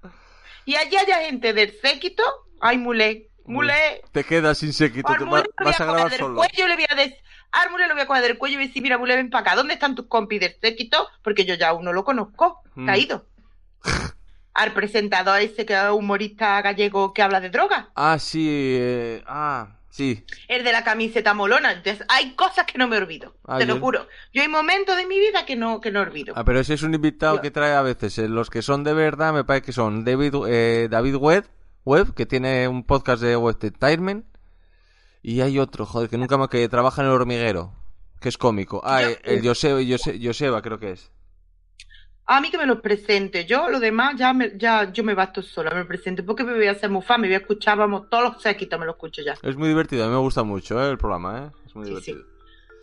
Y allí haya gente del Séquito. ¡Ay, Mule! ¡Mule! Te quedas sin séquito, Al te Mule va- lo voy vas a coger grabar del solo. cuello, le voy a decir... Al Mule lo voy a coger del cuello y voy a decir, mira, Mule, ven para acá. ¿Dónde están tus compis del séquito? Porque yo ya a uno lo conozco. Mm. Caído. Al presentador ese que es humorista gallego que habla de droga. Ah, sí, eh, ah, sí. El de la camiseta molona. Entonces, hay cosas que no me olvido. Ah, te yo- lo juro. Yo hay momentos de mi vida que no, que no olvido. Ah, pero ese es un invitado Yo- que trae a veces. eh, los que son de verdad me parece que son David, eh, David Webb, Webb, que tiene un podcast de West Entertainment. Y hay otro, joder, que nunca me... que trabaja en el hormiguero, que es cómico. Ah, Yo- eh, el Joseba, Jose- Joseba creo que es. A mí que me los presente. Yo, lo demás, ya, me- ya yo me basto sola. Me lo presente porque me voy a hacer muy fan. Me voy a escuchar, vamos, todos los séquitos me lo escucho ya. Es muy divertido, a mí me gusta mucho eh, el programa, ¿eh? Es muy Sí, sí. divertido.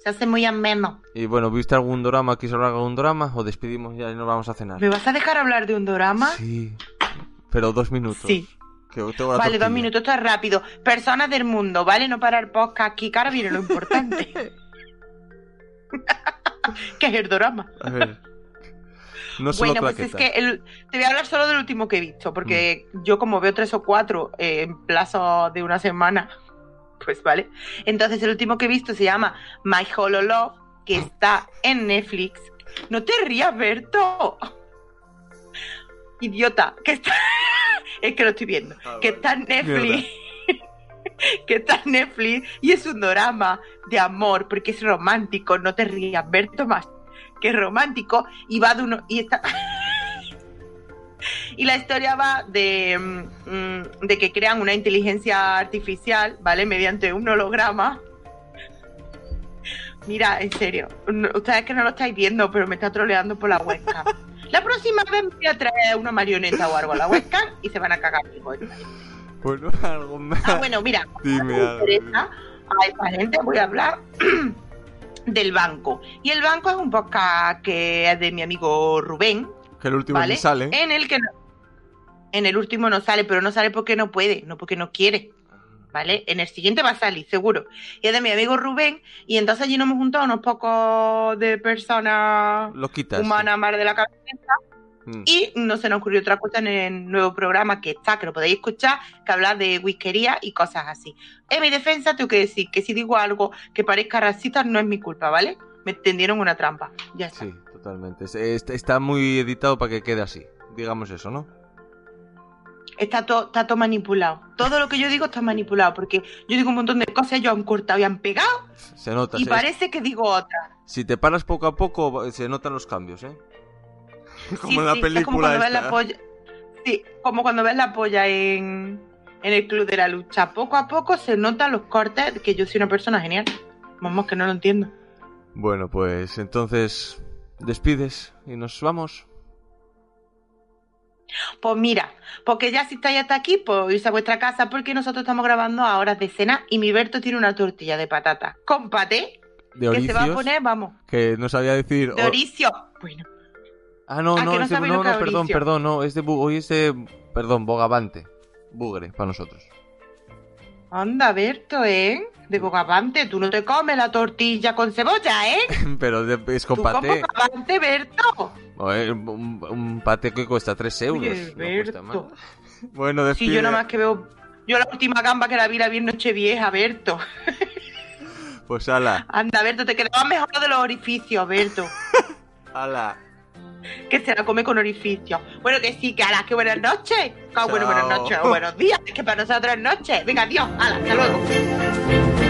Se hace muy ameno. Y bueno, ¿viste algún drama? ¿Quieres hablar de algún drama? ¿O despedimos ya y nos vamos a cenar? ¿Me vas a dejar hablar de un dorama? Ah. Sí. Pero dos minutos. Sí. Que tengo la Vale, tortilla. dos minutos, esto es rápido. Personas del mundo, ¿vale? No parar podcast aquí, cara, viene lo importante. que es el drama. A ver. No solo Bueno, pues es claqueta. que el- te voy a hablar solo del último que he visto, porque Mm. yo como veo tres o cuatro eh, en plazo de una semana, pues vale. Entonces el último que he visto se llama My Hollow Love, que está en Netflix. No te rías, Berto. Idiota, que está. es que lo estoy viendo. Ah, que vale. está en Netflix. que está en Netflix y es un drama de amor porque es romántico. No te rías, Berto, más. Que es romántico y va de uno. Y está. Y la historia va de, mm, mm, de que crean una inteligencia artificial, ¿vale? Mediante un holograma. Mira, en serio, no- ustedes que no lo estáis viendo, pero me está troleando por la webcam. La próxima vez me voy a traer una marioneta o algo a la webcam y se van a cagar. mi coño. Pues no, algo más. Ah, bueno, mira, Dime me algo. interesa a esta gente, voy a hablar del banco. Y el banco es un podcast que es de mi amigo Rubén, Que el último ¿vale? ni sale. ¿Eh? En el que no- en el último no sale, pero no sale porque no puede, no porque no quiere. ¿Vale? En el siguiente va a salir, seguro. Y es de mi amigo Rubén. Y entonces allí nos hemos juntado unos pocos de personas Lo quitas. humanas más de la cabeza. Mm. Y no se nos ocurrió otra cosa en el nuevo programa que está, que lo podéis escuchar, que habla de whiskería y cosas así. En mi defensa tengo que decir que si digo algo que parezca racista no es mi culpa, ¿vale? Me tendieron una trampa. Ya está. Sí, totalmente. Es- Está, está muy editado para que quede así. Digamos eso, ¿no? está todo está todo manipulado. Todo lo que yo digo está manipulado, porque yo digo un montón de cosas, ellos han cortado y han pegado, Se nota. y se- parece que digo otra. Si te paras poco a poco, va- se notan los cambios, ¿eh? Como en la es como película cuando ves esta. la polla. Sí, como cuando ves la polla en, en el club de la lucha. Poco a poco se notan los cortes, que yo soy una persona genial. Vamos, que no lo entiendo. Bueno, pues entonces despides y nos vamos. Pues mira, porque ya si estáis hasta aquí, pues irse a vuestra casa, porque nosotros estamos grabando a horas de cena y mi Berto tiene una tortilla de patata con paté De que se va a Oricios, poner, vamos, que no sabía Oh. decir... de o- oricio. Bueno, Ah, no, Ah, no, que no es de- sabéis no, lo que no, perdón, Mauricio. perdón, no, es de bu- hoy es de, perdón, bogavante, bugre, para nosotros. anda Berto, ¿eh? De bogavante, tú no te comes la tortilla con cebolla, ¿eh? Pero de- es tú con con paté, bogavante, Berto. O, eh, un, un paté que cuesta 3 euros, Oye, no cuesta más. Berto. Bueno, Si despide. yo nada más que veo... Yo la última gamba que la vi la vi en Nochevieja, Berto. Pues ala, Anda, Berto, te quedabas mejor de los orificios, Berto. ala. que se la come con orificio. Bueno, que sí, que a las que buenas noches. Ah, bueno, Chao. buenas noches, o buenos días, es que para nosotros es noche. Venga, adiós, ala, hasta luego.